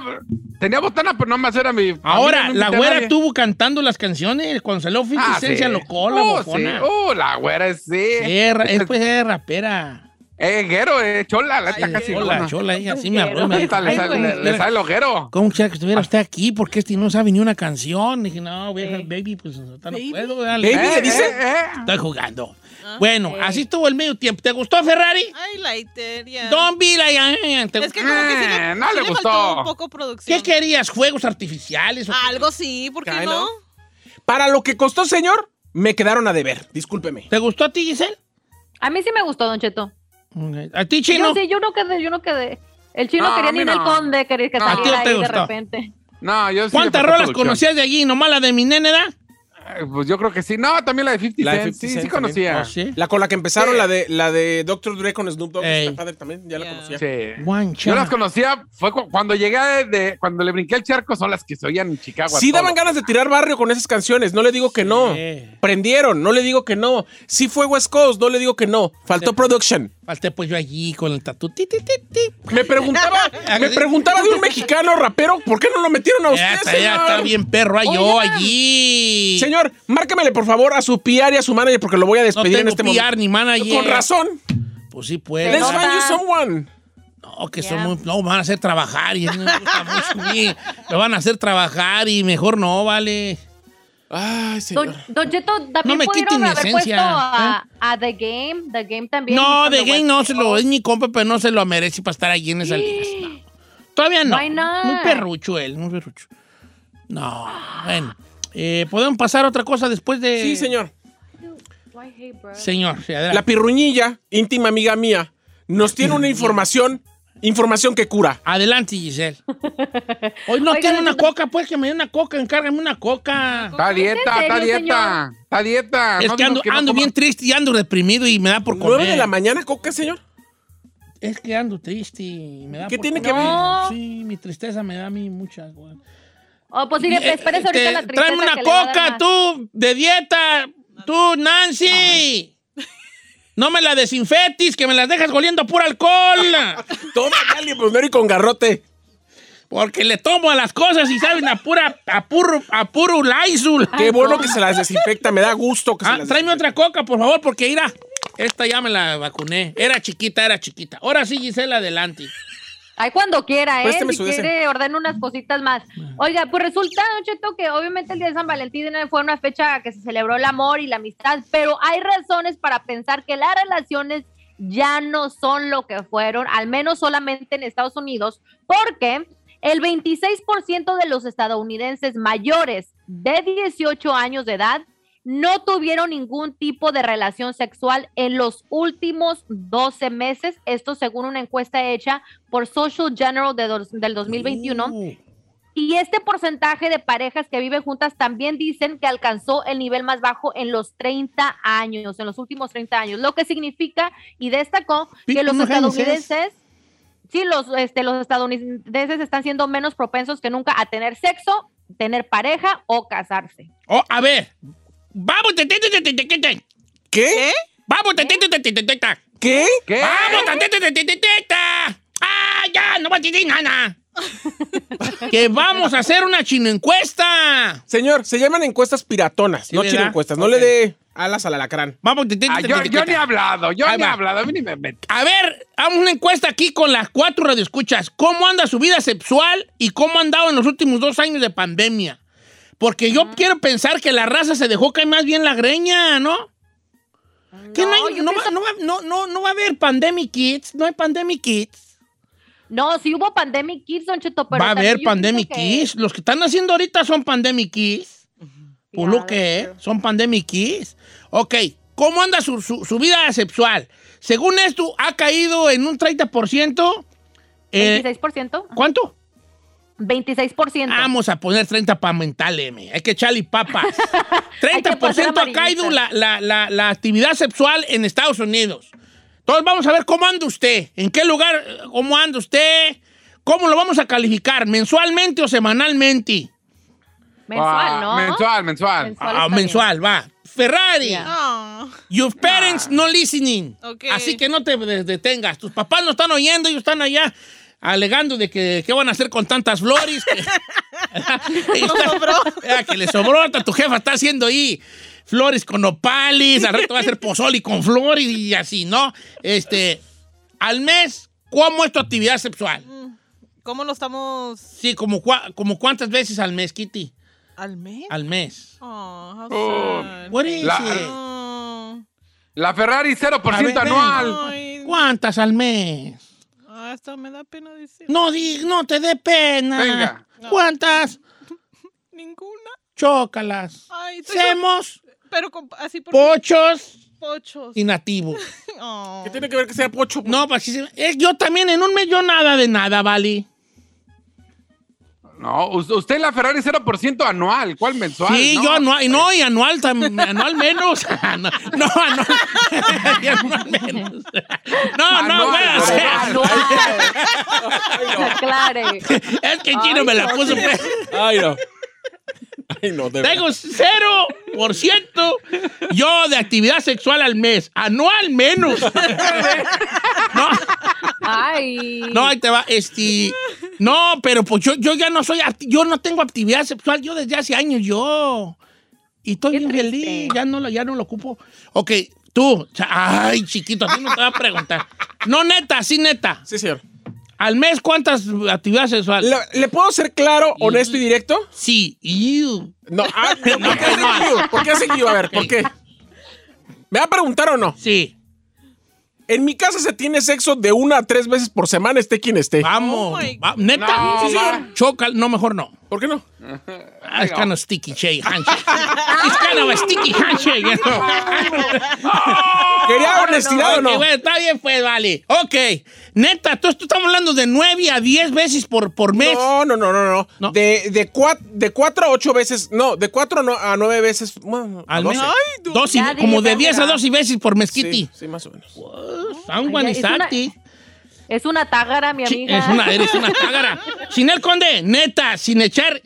Speaker 5: tenía botana, pero no más era mi.
Speaker 1: Ahora,
Speaker 5: a mí no me
Speaker 1: la
Speaker 5: invita
Speaker 1: güera
Speaker 5: nadie.
Speaker 1: estuvo cantando las canciones cuando salió Fifty Cent, se alocó la
Speaker 5: Oh,
Speaker 1: bofona.
Speaker 5: sí. Oh, la güera es sí.
Speaker 1: Eh, ra- es pues eh, rapera.
Speaker 5: Eh, guero, eh, chola, la neta casi.
Speaker 1: Chola,
Speaker 5: buena.
Speaker 1: chola, ella sí me habló. y me dijo,
Speaker 5: Neta, le
Speaker 1: "Ay,
Speaker 5: sale-
Speaker 1: güey,
Speaker 5: le- le sale el ojero.
Speaker 1: ¿Cómo quisiera que estuviera usted aquí? Porque este no sabe ni una canción. Dije, no, vieja, baby, pues no no puedo. dale.
Speaker 4: Baby, le
Speaker 5: Eh,
Speaker 4: dice?
Speaker 5: eh, eh.
Speaker 1: Estoy jugando. Bueno, así estuvo el medio tiempo. ¿Te gustó Ferrari?
Speaker 2: Ay, Lighter, ya.
Speaker 1: Don't be like... ah, ¿Te-
Speaker 2: Ah. Es que como que sí le,
Speaker 5: Eh, no
Speaker 2: sí
Speaker 5: le
Speaker 2: faltó
Speaker 5: gustó.
Speaker 2: un poco
Speaker 1: ¿Qué
Speaker 2: producción.
Speaker 1: querías? ¿Fuegos artificiales? o qué?
Speaker 2: Algo sí, ¿por qué
Speaker 4: Kind
Speaker 2: no?
Speaker 4: Para lo que costó, señor, me quedaron a deber. Discúlpeme.
Speaker 1: ¿Te gustó a ti, Giselle?
Speaker 3: A mí sí me gustó, Don Cheto.
Speaker 1: ¿A ti, Chino?
Speaker 3: Yo sí, yo no quedé, yo no quedé. El chino
Speaker 5: No,
Speaker 3: quería
Speaker 5: a mí
Speaker 3: ni el
Speaker 5: no.
Speaker 3: conde, quería que
Speaker 5: No.
Speaker 1: ¿A ti no
Speaker 3: saliera
Speaker 1: te
Speaker 3: ahí de
Speaker 1: gustó?
Speaker 3: repente.
Speaker 5: No, yo sí le
Speaker 1: ¿Cuántas
Speaker 5: faltó
Speaker 1: rolas
Speaker 5: producción.
Speaker 1: conocías de allí? ¿Nomás la de mi nene, da?
Speaker 5: Eh, Pues yo creo que sí. No, también la de 50
Speaker 4: La de
Speaker 5: Cent.
Speaker 4: 50
Speaker 5: sí, sí
Speaker 4: Cent
Speaker 5: conocía.
Speaker 1: ¿O sí?
Speaker 4: La con la que empezaron,
Speaker 5: Sí.
Speaker 4: la de la de Dr. Dre con Snoop Dogg,
Speaker 1: Ey.
Speaker 4: está padre también, ya
Speaker 2: Yeah.
Speaker 4: la
Speaker 1: Oh,
Speaker 4: conocía.
Speaker 5: Sí.
Speaker 1: Guancha.
Speaker 5: Yo las conocía, fue cu- cuando llegué de, de- cuando le brinqué el charco, son las que se oían en Chicago. a
Speaker 4: Sí
Speaker 5: todo.
Speaker 4: daban ganas de tirar barrio con esas canciones, no le digo que no.
Speaker 1: Sí.
Speaker 4: Prendieron, no le digo que no. Sí fue West Coast, no le digo que no. Faltó production.
Speaker 1: Falté pues yo allí con el tatu. Ti, ti, ti, ti.
Speaker 4: Me preguntaba, me preguntaba de un mexicano rapero, ¿por qué no lo metieron a usted,
Speaker 1: Ya está, ya
Speaker 4: señor?
Speaker 1: está bien perro ahí yo
Speaker 3: Oigan.
Speaker 1: allí.
Speaker 4: Señor, márquemele por favor a su PR y a su manager porque lo voy a
Speaker 1: no
Speaker 4: despedir
Speaker 1: tengo
Speaker 4: en este
Speaker 1: PR ni manager.
Speaker 4: momento. Con razón.
Speaker 1: Pues sí, pues.
Speaker 4: Let's
Speaker 3: nota.
Speaker 4: find you someone.
Speaker 1: No, que son
Speaker 3: Ya.
Speaker 1: muy. No, van a hacer trabajar y no me gusta mucho a mí. Me van a hacer trabajar y mejor no, vale.
Speaker 4: Ay,
Speaker 3: Don,
Speaker 4: señor.
Speaker 3: Don Cheto, también
Speaker 1: No me quiten
Speaker 3: pudieron
Speaker 1: mi
Speaker 3: haber
Speaker 1: esencia, ¿eh?
Speaker 3: puesto a, a The Game. The Game también.
Speaker 1: No,
Speaker 3: cuando
Speaker 1: de gay
Speaker 3: West
Speaker 1: no se lo. Es
Speaker 3: Coast.
Speaker 1: mi compa, pero no se lo merece para estar allí en esa liga. Todavía no.
Speaker 3: Why not?
Speaker 1: Muy perrucho él, muy perrucho. No, bueno. Eh, ¿Podemos pasar a otra cosa después de.
Speaker 4: Sí, señor.
Speaker 1: Señor, sí, adelante.
Speaker 4: La pirruñilla, íntima amiga mía, nos tiene una información Información que cura.
Speaker 1: Adelante, Giselle. Hoy no
Speaker 3: Oiga,
Speaker 1: quiero una
Speaker 3: no-
Speaker 1: coca, pues que me dé una coca, encárgame una coca.
Speaker 5: Está a dieta, está a
Speaker 3: serio,
Speaker 5: dieta, está a dieta.
Speaker 1: Es
Speaker 5: Ah, No
Speaker 1: que
Speaker 5: dinos
Speaker 1: ando,
Speaker 5: no
Speaker 1: ando
Speaker 5: coma.
Speaker 1: bien triste y ando deprimido y me da por comer.
Speaker 4: ¿Nueve de la mañana, Coca, señor?
Speaker 1: Es que ando triste y me da
Speaker 4: ¿Qué
Speaker 1: por
Speaker 4: tiene que
Speaker 1: comer.
Speaker 3: ver?
Speaker 1: Sí, mi tristeza me da a mí muchas. güey.
Speaker 3: Oh, pues sí,
Speaker 1: Eh,
Speaker 3: espérese ahorita
Speaker 1: este,
Speaker 3: la tristeza
Speaker 1: tráeme una
Speaker 3: que le va a dar
Speaker 1: coca,
Speaker 3: más.
Speaker 1: tú, de dieta. Tú, Nancy. No me la desinfetis, que me las dejas goliendo a puro alcohol.
Speaker 4: Toma, Cali, primero y con garrote.
Speaker 1: Porque le tomo a las cosas y saben a pura, a puro, a puro Lysol.
Speaker 4: Qué bueno que se las desinfecta, me da gusto que se
Speaker 1: Ah,
Speaker 4: las
Speaker 1: tráeme
Speaker 4: desinfecte.
Speaker 1: otra coca, por favor, porque mira, esta ya me la vacuné. Era chiquita, era chiquita. Ahora sí, Gisela, adelante.
Speaker 3: Ay, cuando quiera, ¿eh?
Speaker 4: Présteme
Speaker 3: si
Speaker 4: su de ese.
Speaker 3: quiere, ordena unas cositas más. Oiga, pues resulta, Don Cheto, que obviamente el Día de San Valentín fue una fecha que se celebró el amor y la amistad, pero hay razones para pensar que las relaciones ya no son lo que fueron, al menos solamente en Estados Unidos, porque el 26% de los estadounidenses mayores de 18 años de edad no tuvieron ningún tipo de relación sexual en los últimos 12 meses, esto según una encuesta hecha por Social General de dos- del 2021.
Speaker 1: Uh,
Speaker 3: Y este porcentaje de parejas que viven juntas también dicen que alcanzó el nivel más bajo en los 30 años, en los últimos 30 años, lo que significa y destacó que
Speaker 1: People
Speaker 3: los
Speaker 1: no have
Speaker 3: estadounidenses, sí, los, este, los estadounidenses están siendo menos propensos que nunca a tener sexo, tener pareja o casarse.
Speaker 1: oh, a ver. Vamos, te, te, te, te, te, te, te, te.
Speaker 4: ¿Qué?
Speaker 1: Vamos, te, te, te, te, te, te, te, te.
Speaker 4: ¿Qué?
Speaker 5: ¿Qué?
Speaker 1: Vamos, te, te, te, te, te, te, te. Ah, ya, no va a decir nada. que vamos a hacer una chino encuesta.
Speaker 4: Señor, se llaman encuestas piratonas,
Speaker 1: Sí,
Speaker 4: no
Speaker 1: ¿verdad?
Speaker 4: chino encuestas. No le
Speaker 1: Ok.
Speaker 4: dé alas al alacrán.
Speaker 1: Vamos, te, te, te,
Speaker 5: Ah,
Speaker 1: te,
Speaker 5: yo,
Speaker 1: te,
Speaker 5: yo
Speaker 1: te,
Speaker 5: ni
Speaker 1: te.
Speaker 5: he hablado, yo
Speaker 1: Ahí
Speaker 5: ni he
Speaker 1: va.
Speaker 5: hablado, a mí ni me meto.
Speaker 1: A ver, hagamos una encuesta aquí con las cuatro radioescuchas. ¿Cómo anda su vida sexual y cómo ha andado en los últimos dos años de pandemia? Porque yo quiero pensar que la raza se dejó caer más bien la greña, ¿no? Que no, hay-
Speaker 3: yo
Speaker 1: no, va,
Speaker 3: pienso-
Speaker 1: no, va, no, no, no va a haber pandemic kids, no hay pandemic kids.
Speaker 3: no, sí hubo pandemic kids, Don Cheto, pero
Speaker 1: va a
Speaker 3: también
Speaker 1: haber
Speaker 3: yo pienso
Speaker 1: pandemic
Speaker 3: que-
Speaker 1: kids. Los que están haciendo ahorita son pandemic kids. Por lo
Speaker 3: Claro,
Speaker 1: que es, son pandemic kids. Ok, ¿cómo anda su, su- su vida sexual? Según esto, ha caído en un 30%. eh,
Speaker 3: 26%,
Speaker 1: ¿Cuánto?
Speaker 3: 26%.
Speaker 1: Vamos a poner 30 para mental, M. Hay que echarle papas. 30%
Speaker 3: pasar
Speaker 1: ha
Speaker 3: amarillita.
Speaker 1: caído la, la- la- la actividad sexual en Estados Unidos. Entonces vamos a ver cómo anda usted, en qué lugar, eh, cómo anda usted, cómo lo vamos a calificar, mensualmente o semanalmente.
Speaker 5: Ah,
Speaker 3: mensual, ¿no?
Speaker 5: Mensual, mensual.
Speaker 3: Mensual
Speaker 1: Ah,
Speaker 3: está
Speaker 1: mensual, va. Ferrari,
Speaker 3: Ya.
Speaker 2: Ah.
Speaker 1: your parents no listening.
Speaker 2: Ok.
Speaker 1: Así que no te de- detengas. Tus papás no están oyendo, ellos están allá alegando de que qué van a hacer con tantas flores. que- Ellos están- Ah, que le sobró, hasta tu jefa está haciendo ahí flores con opalis, al rato va a hacer pozoli con flores y así, ¿no? Este, al mes, ¿cómo es tu actividad sexual?
Speaker 2: ¿Cómo lo estamos
Speaker 1: Sí, como, cua- como cuántas veces al mes, Kitty,
Speaker 2: al mes? Ah.
Speaker 1: al mes.
Speaker 2: Oh, how
Speaker 5: Oh,
Speaker 2: sad.
Speaker 1: What is
Speaker 5: La-
Speaker 1: it?
Speaker 2: Oh,
Speaker 5: La Ferrari 0%
Speaker 1: A ver, ven.
Speaker 5: anual.
Speaker 2: ay,
Speaker 1: ¿Cuántas al mes?
Speaker 2: ah, hasta me da pena decir
Speaker 1: No, di- no te dé pena.
Speaker 5: Venga.
Speaker 1: ¿Cuántas?
Speaker 2: ninguna.
Speaker 1: Chócalas.
Speaker 2: Ay, estoy-
Speaker 1: Semos,
Speaker 2: pero con- así por
Speaker 1: pochos
Speaker 2: pochos.
Speaker 1: y nativos.
Speaker 2: Oh.
Speaker 4: ¿Qué tiene que ver que sea pocho?
Speaker 1: No, pues sí se- eh, yo también en un mes yo nada de nada, Vali.
Speaker 5: No, us- usted en la Ferrari 0% anual. ¿Cuál mensual?
Speaker 1: Sí,
Speaker 5: No. pues.
Speaker 1: yo anual, y no, y anual, tam- anual menos. No, no, anual, y anual menos. No, no,
Speaker 5: Anual,
Speaker 1: voy a hacer.
Speaker 3: Anual. Aclare.
Speaker 1: Es que Chino me la puso. pues.
Speaker 4: Ay, no. Ay, no, de verdad.
Speaker 1: Tengo 0% yo de actividad sexual al mes. Anual menos. No,
Speaker 3: Ay.
Speaker 1: no, ahí te va. Este, no, pero pues yo, yo ya no soy, acti- yo no tengo actividad sexual, yo desde hace años, yo. Y estoy bien feliz, ya no, lo, ya no lo ocupo. Ok, tú, cha- ay, chiquito, a ti no te va a preguntar. No, neta, sí, neta.
Speaker 4: Sí, señor.
Speaker 1: Al mes, ¿cuántas actividades sexuales?
Speaker 4: ¿Le, le puedo ser claro, honesto y directo?
Speaker 1: Sí, ew.
Speaker 4: No, ah, no, ¿por qué hace guío? ¿Por qué hace guío? A ver, ¿por qué? ¿Me va a preguntar o no?
Speaker 1: sí.
Speaker 4: En mi casa se tiene sexo de una a tres veces por semana, esté quien esté.
Speaker 1: Vamos.
Speaker 2: my
Speaker 1: va- neta,
Speaker 5: No,
Speaker 1: Sí, señor.
Speaker 5: va.
Speaker 1: Choca, no, mejor no.
Speaker 4: ¿Por qué no?
Speaker 1: Ah, it's kind of sticky shake, handshake. it's kind of a sticky handshake. you know.
Speaker 4: ¿Quería honestidad o
Speaker 1: Ok,
Speaker 4: no?
Speaker 1: bueno, está bien, pues, vale. Ok. Neta, tú, tú estamos hablando de 9 a 10 veces por, por mes.
Speaker 4: No, no, no, no,
Speaker 1: No.
Speaker 4: no. De, de, cuat- de cuatro a ocho veces, no, de cuatro no- a nueve veces, bueno, a
Speaker 1: Al mes.
Speaker 4: doce.
Speaker 1: Ay, Dos y-
Speaker 3: Ya dile,
Speaker 1: como de
Speaker 3: ya
Speaker 1: 10 a
Speaker 3: verá.
Speaker 1: 12 veces por mezquiti.
Speaker 4: Sí, sí, más o menos.
Speaker 1: Someone
Speaker 3: Ay, ya,
Speaker 1: is
Speaker 3: es una-
Speaker 1: acting.
Speaker 3: Es una tágara, mi
Speaker 1: Sí,
Speaker 3: amiga.
Speaker 1: es una, eres una cágara. Chinel Conde, neta, sin echar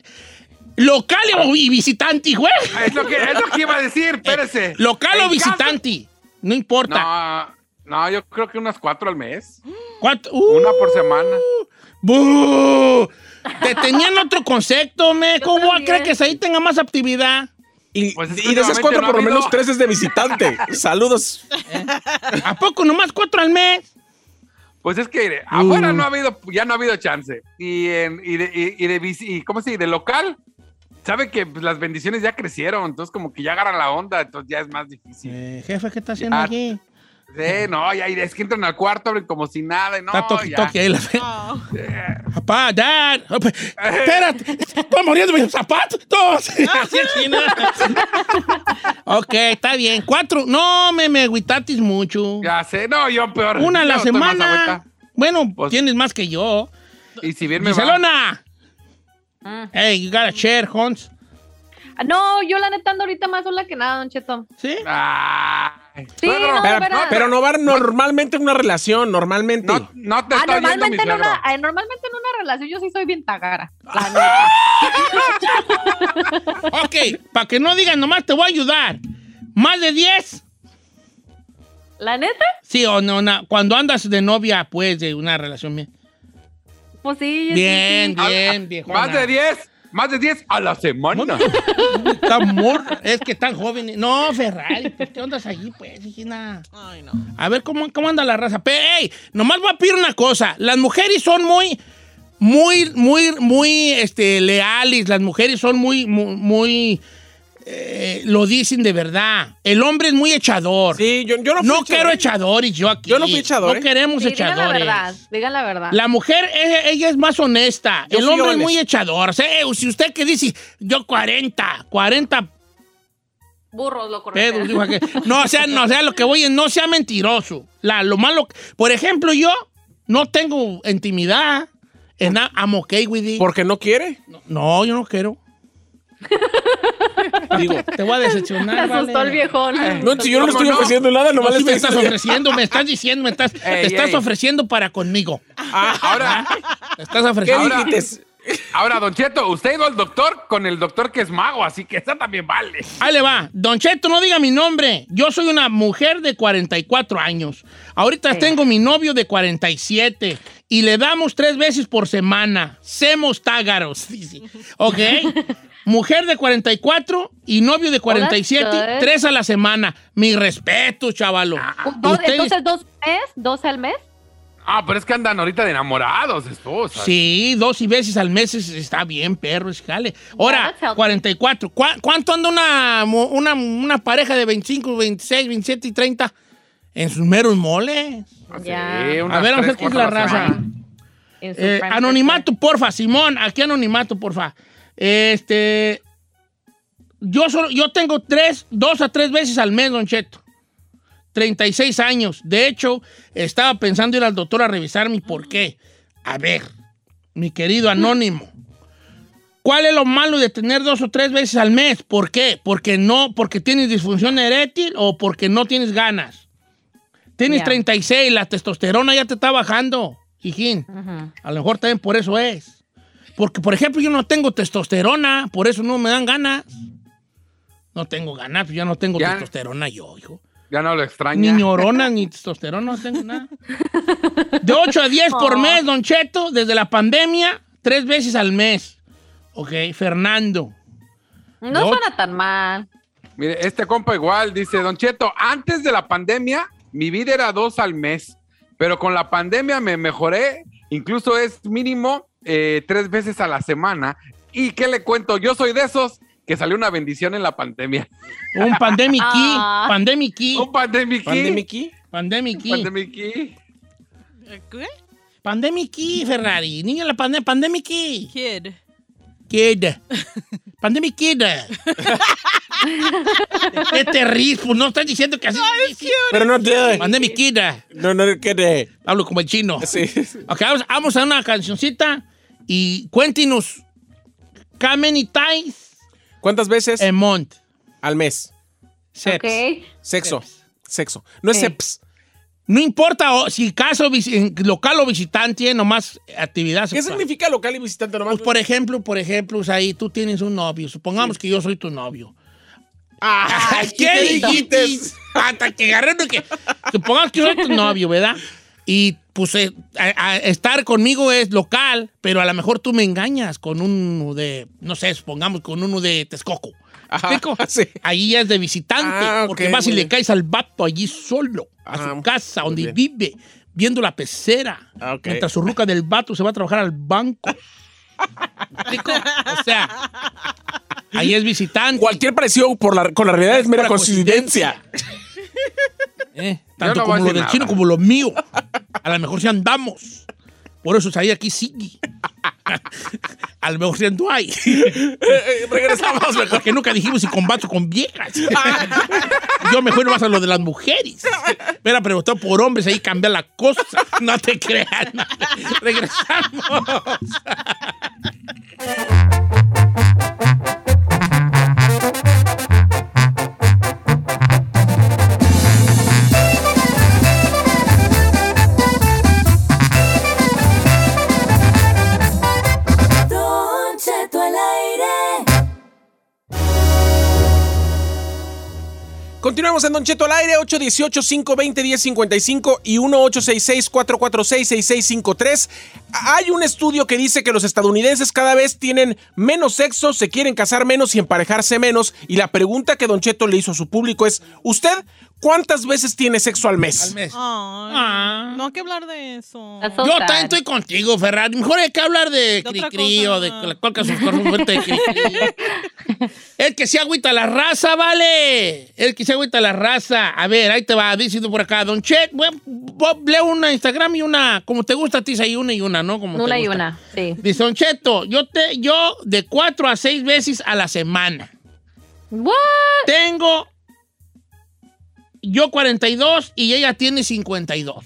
Speaker 1: local o- y visitante, güey.
Speaker 5: Es lo que, es lo que iba a decir, espérese.
Speaker 1: Eh, Local o
Speaker 5: En caso-
Speaker 1: visitante, no importa.
Speaker 5: No, no, yo creo que unas cuatro al mes.
Speaker 1: ¿Cuánto?
Speaker 5: Una por semana.
Speaker 1: uh, ¡Bú! Te tenían otro concepto, me. ¿Cómo
Speaker 3: también.
Speaker 1: crees que ahí tenga más actividad?
Speaker 4: Y,
Speaker 5: Pues es que
Speaker 4: y de esas
Speaker 5: últimamente
Speaker 4: cuatro,
Speaker 5: no ha
Speaker 4: por lo menos
Speaker 5: habido.
Speaker 4: tres es de visitante. Saludos.
Speaker 1: ¿A poco nomás cuatro al mes?
Speaker 5: Pues es que afuera no ha habido, ya no ha habido chance. Y, en, y, de, y, y de bici- y ¿cómo se dice? De local. Sabe que pues, las bendiciones ya crecieron, entonces como que ya agarran la onda, entonces ya es más difícil.
Speaker 1: Eh, jefe, ¿qué está haciendo
Speaker 5: Ya,
Speaker 1: aquí?
Speaker 5: Sí, no, ya es que entran al cuarto, abren como si nada, y no,
Speaker 1: Está toque,
Speaker 5: ya.
Speaker 1: toque ahí la fe.
Speaker 2: Oh.
Speaker 1: Papá, dad. Oh, pe- Espérate, estoy muriendo mis zapatos. Así así, Ah, ¿no? ok, está bien. Cuatro. No, me, me agüitatis mucho.
Speaker 5: Ya sé, no, yo peor.
Speaker 1: Una a la
Speaker 5: Yo estoy más
Speaker 1: semana.
Speaker 5: agüita.
Speaker 1: Bueno,
Speaker 5: Pues-
Speaker 1: tienes más que yo.
Speaker 5: Y si bien me va-
Speaker 1: Barcelona. Hey, you gotta share, Hans.
Speaker 3: No, yo la neta ando ahorita más sola que nada, Don Cheto.
Speaker 1: ¿Sí?
Speaker 5: Ay.
Speaker 3: Sí, no,
Speaker 4: Pero,
Speaker 3: pero-
Speaker 4: pero no van normalmente en una relación, normalmente.
Speaker 5: No, no te
Speaker 3: Ah,
Speaker 5: estoy oyendo,
Speaker 3: normalmente,
Speaker 5: mi
Speaker 3: en
Speaker 5: suegro.
Speaker 3: una, ah, normalmente en una relación yo sí soy bien tagara.
Speaker 1: Ok, para que no digan nomás te voy a ayudar. ¿Más de 10?
Speaker 3: ¿La neta?
Speaker 1: Sí o no, na- cuando andas de novia, pues, de una relación bien.
Speaker 3: Pues sí. yo sí,
Speaker 1: Bien,
Speaker 3: sí.
Speaker 1: bien, viejona.
Speaker 5: Ah, Más de 10, más de 10 a la semana.
Speaker 1: Está mor- es que están jóvenes. No, Ferrari, ¿por qué andas allí, pues, hijina?
Speaker 2: Ay, no.
Speaker 1: A ver cómo, cómo anda la raza. Pero, hey, nomás voy a pedir una cosa. Las mujeres son muy, muy, muy, muy este, leales. Las mujeres son muy, muy, muy, eh, lo dicen de verdad. El hombre es muy echador.
Speaker 4: Sí, yo, yo no fui
Speaker 1: no
Speaker 4: echador.
Speaker 1: quiero echadores yo aquí.
Speaker 4: Yo no fui echador,
Speaker 1: No
Speaker 4: ¿eh?
Speaker 1: queremos
Speaker 3: Sí, digan la
Speaker 1: echadores.
Speaker 3: verdad, digan la verdad.
Speaker 1: La mujer, eh, ella es más honesta.
Speaker 4: Yo
Speaker 1: el
Speaker 4: fui
Speaker 1: hombre es muy
Speaker 4: honesto.
Speaker 1: echador. O sea, eh, si usted que dice, yo 40, 40
Speaker 3: Burros
Speaker 1: pedos,
Speaker 3: lo correcto.
Speaker 1: dijo aquel. No, o sea, no, o sea, lo que voy es, no sea mentiroso. La, lo malo, por ejemplo, yo no tengo intimidad. En, I'm okay with it.
Speaker 4: Porque no quiere.
Speaker 1: No, yo no quiero. Digo, te voy a decepcionar.
Speaker 3: Me asustó
Speaker 1: vale.
Speaker 3: el viejón.
Speaker 4: No, si yo no este le
Speaker 5: ¿Cómo
Speaker 4: estoy
Speaker 5: no?
Speaker 4: ofreciendo nada,
Speaker 1: No,
Speaker 4: nomás
Speaker 1: sí
Speaker 4: le
Speaker 1: me
Speaker 4: estoy
Speaker 1: estás
Speaker 4: diciendo-
Speaker 1: ofreciendo, me estás diciendo, me estás, te
Speaker 5: Ey,
Speaker 1: estás
Speaker 5: ey.
Speaker 1: ofreciendo para conmigo.
Speaker 5: Ah, Ahora,
Speaker 1: Te estás
Speaker 4: ¿Qué
Speaker 1: ofreciendo.
Speaker 5: Ahora-
Speaker 4: dijiste?
Speaker 5: ahora, Don Cheto, usted ha ido al doctor con el doctor que es mago, así que esa también vale.
Speaker 1: Ahí le va. Don Cheto, no diga mi nombre. Yo soy una mujer de 44 años. Ahorita tengo mi novio de 47 y le damos tres veces por semana. Semos tágaros, dice. ¿Ok? Mujer de 44 y novio de 47,
Speaker 3: good.
Speaker 1: tres a la semana. Mi respeto, chavalo.
Speaker 3: Dos-
Speaker 1: Ustedes-
Speaker 3: entonces, dos al mes, dos al mes.
Speaker 5: Ah, pero es que andan ahorita de enamorados, esposa.
Speaker 1: Sí, dos y veces al mes es- está bien, perro, es jale. Ahora,
Speaker 3: that's healthy.
Speaker 1: 44. ¿Cuá- ¿Cuánto anda una, mo- una, una pareja de 25, 26, 27 y 30 en sus meros moles?
Speaker 3: Ya.
Speaker 1: A ver, vamos a ver qué es la raza.
Speaker 3: en su
Speaker 1: Eh,
Speaker 3: prime
Speaker 1: anonimato, porfa, Simón. Aquí anonimato, porfa. Este. Yo, solo, yo tengo tres, dos a tres veces al mes, Don Cheto. 36 años. De hecho, estaba pensando ir al doctor a revisar mi por qué. A ver, mi querido anónimo. ¿Cuál es lo malo de tener dos o tres veces al mes? ¿Por qué? ¿Porque no? ¿Porque tienes disfunción eréctil o porque no tienes ganas? Tienes
Speaker 3: Ya.
Speaker 1: 36, la testosterona ya te está bajando, hijín.
Speaker 3: Ujú.
Speaker 1: A lo mejor también por eso es. Porque, por ejemplo, yo no tengo testosterona, por eso no me dan ganas. No tengo ganas, ya no tengo
Speaker 5: Ya. Ah,
Speaker 1: testosterona yo, hijo.
Speaker 5: Ya no lo extraña.
Speaker 1: Ni neurona, ni testosterona, no tengo nada. De 8 a 10 por
Speaker 3: Oh.
Speaker 1: mes, Don Cheto, desde la pandemia, tres veces al mes. Ok, Fernando.
Speaker 3: No
Speaker 1: No.
Speaker 3: suena tan mal.
Speaker 5: Mire, este compa igual dice, Don Cheto, antes de la pandemia mi vida era dos al mes, pero con la pandemia me mejoré, incluso es mínimo eh, tres veces a la semana. ¿Y qué le cuento? Yo soy de esos que salió una bendición en la pandemia.
Speaker 1: Un pandemiquí,
Speaker 3: Ah.
Speaker 1: pandemiquí,
Speaker 5: Un pandemic.
Speaker 4: Pandemiki.
Speaker 1: pandemiquí,
Speaker 5: Pandemic.
Speaker 2: ¿Qué?
Speaker 1: pandemiquí, Ferrari, niño de la pandemia, pandemiquí.
Speaker 2: Kid.
Speaker 1: Kid. Pandemic Kid. ¿Qué te ríes? Pues no estás diciendo que así.
Speaker 4: Pero no te.
Speaker 1: Pandemic Kid.
Speaker 4: No, no, que te.
Speaker 1: Hablo como el chino.
Speaker 4: Sí.
Speaker 1: Ok, vamos, vamos a una cancioncita y cuéntenos. How many times
Speaker 4: ¿Cuántas veces
Speaker 1: a month?
Speaker 4: al mes?
Speaker 1: Sex.
Speaker 3: Ok.
Speaker 4: Sexo.
Speaker 1: Em.
Speaker 4: Sexo. No es
Speaker 1: Eh.
Speaker 4: seps.
Speaker 1: No importa o- si caso visi- en local o visitante, nomás actividad
Speaker 4: ¿Qué
Speaker 1: sexual.
Speaker 4: significa local y visitante nomás?
Speaker 1: Pues, por ejemplo, por ejemplo, ahí tú tienes un novio. Supongamos que yo soy tu novio.
Speaker 4: Ah,
Speaker 1: Ah,
Speaker 4: Ay,
Speaker 1: ¿Qué dijiste?
Speaker 4: dijiste?
Speaker 1: Hasta que agarré uno que. Supongamos que soy tu novio, ¿verdad? Y pues eh, a- a- estar conmigo es local, pero a lo mejor tú me engañas con uno de, no sé, supongamos con uno de Texcoco.
Speaker 4: Ajá,
Speaker 1: ¿Me explico?
Speaker 4: sí.
Speaker 1: Ahí ya es de visitante,
Speaker 4: Ah, ok,
Speaker 1: porque vas y
Speaker 4: muy
Speaker 1: le
Speaker 4: bien.
Speaker 1: caes al vato allí solo, a
Speaker 4: Ah,
Speaker 1: su casa,
Speaker 4: muy
Speaker 1: donde
Speaker 4: bien.
Speaker 1: vive, viendo la pecera,
Speaker 4: Ah, ok.
Speaker 1: mientras su ruca del vato se va a trabajar al banco. ¿Me explico? O sea, ahí es visitante.
Speaker 4: Cualquier parecido por la- con la realidad es mera
Speaker 1: Pura
Speaker 4: coincidencia.
Speaker 1: Eh, Tanto
Speaker 5: no voy
Speaker 1: como lo
Speaker 5: a decir
Speaker 1: del
Speaker 5: nada.
Speaker 1: chino como lo mío. A lo mejor si andamos. Por eso ahí aquí sigue. A lo mejor si ando ahí.
Speaker 4: Eh, eh, regresamos mejor.
Speaker 1: Porque nunca dijimos si combato con viejas. Yo mejor vas a lo de las mujeres. Me la preguntó por hombres, ahí cambia la cosa. No te creas. no. Regresamos.
Speaker 6: Don Cheto al aire.
Speaker 4: Continuamos en Don Cheto al aire, 818-520-1055 y 1-866-446-6653. Hay un estudio que dice que los estadounidenses cada vez tienen menos sexo, se quieren casar menos y emparejarse menos. Y la pregunta que Don Cheto le hizo a su público es, ¿usted cuántas veces tiene sexo al mes?
Speaker 1: Al mes.
Speaker 2: Ay,
Speaker 1: Ah.
Speaker 2: No hay que hablar de eso.
Speaker 3: That's so
Speaker 1: Yo
Speaker 3: sad.
Speaker 1: también estoy contigo, Ferrari. Mejor hay que hablar de
Speaker 2: De otra
Speaker 1: Cricri o de
Speaker 2: cosa.
Speaker 1: la cual que sus cosas fuerte de Cricri. El que se agüita la raza, vale. El que se agüita la raza. A ver, ahí te va diciendo por acá, Don Che. voy a- voy a- Leo una Instagram y una, como te gusta a ti, hay una y una, ¿no? Como te
Speaker 3: Una y
Speaker 1: gusta.
Speaker 3: una, sí.
Speaker 1: Dice, Don Cheto, yo, te, yo de cuatro a seis veces a la semana.
Speaker 3: What?
Speaker 1: Tengo yo 42 y ella tiene 52.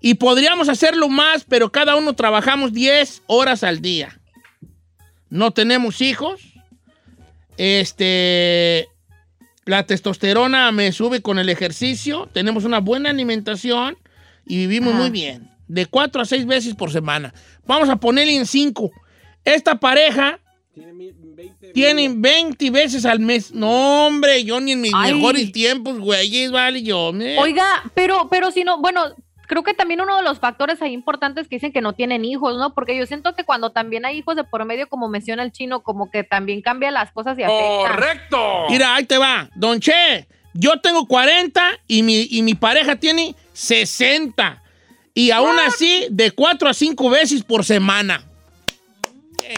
Speaker 1: Y podríamos hacerlo más, pero cada uno trabajamos 10 horas al día. No tenemos hijos. Este. La testosterona me sube con el ejercicio. Tenemos una buena alimentación y vivimos
Speaker 3: Ajá.
Speaker 1: muy bien. De 4 a 6 veces por semana. Vamos a ponerle en 5. Esta pareja tienen 20 veces al mes. No, hombre, yo ni en mis
Speaker 3: Ay.
Speaker 1: mejores tiempos, güey, vale, yo. me-
Speaker 3: Oiga, pero, pero si no, bueno, creo que también uno de los factores ahí importantes que dicen que no tienen hijos, ¿no? Porque yo siento que cuando también hay hijos de por medio, como menciona el chino, como que también cambia las cosas y afecta.
Speaker 5: ¡Correcto!
Speaker 1: Mira, ahí te va. Don Che, yo tengo 40 y mi, y mi pareja tiene 60. Y aún así, de 4 a 5 veces por semana. Eh,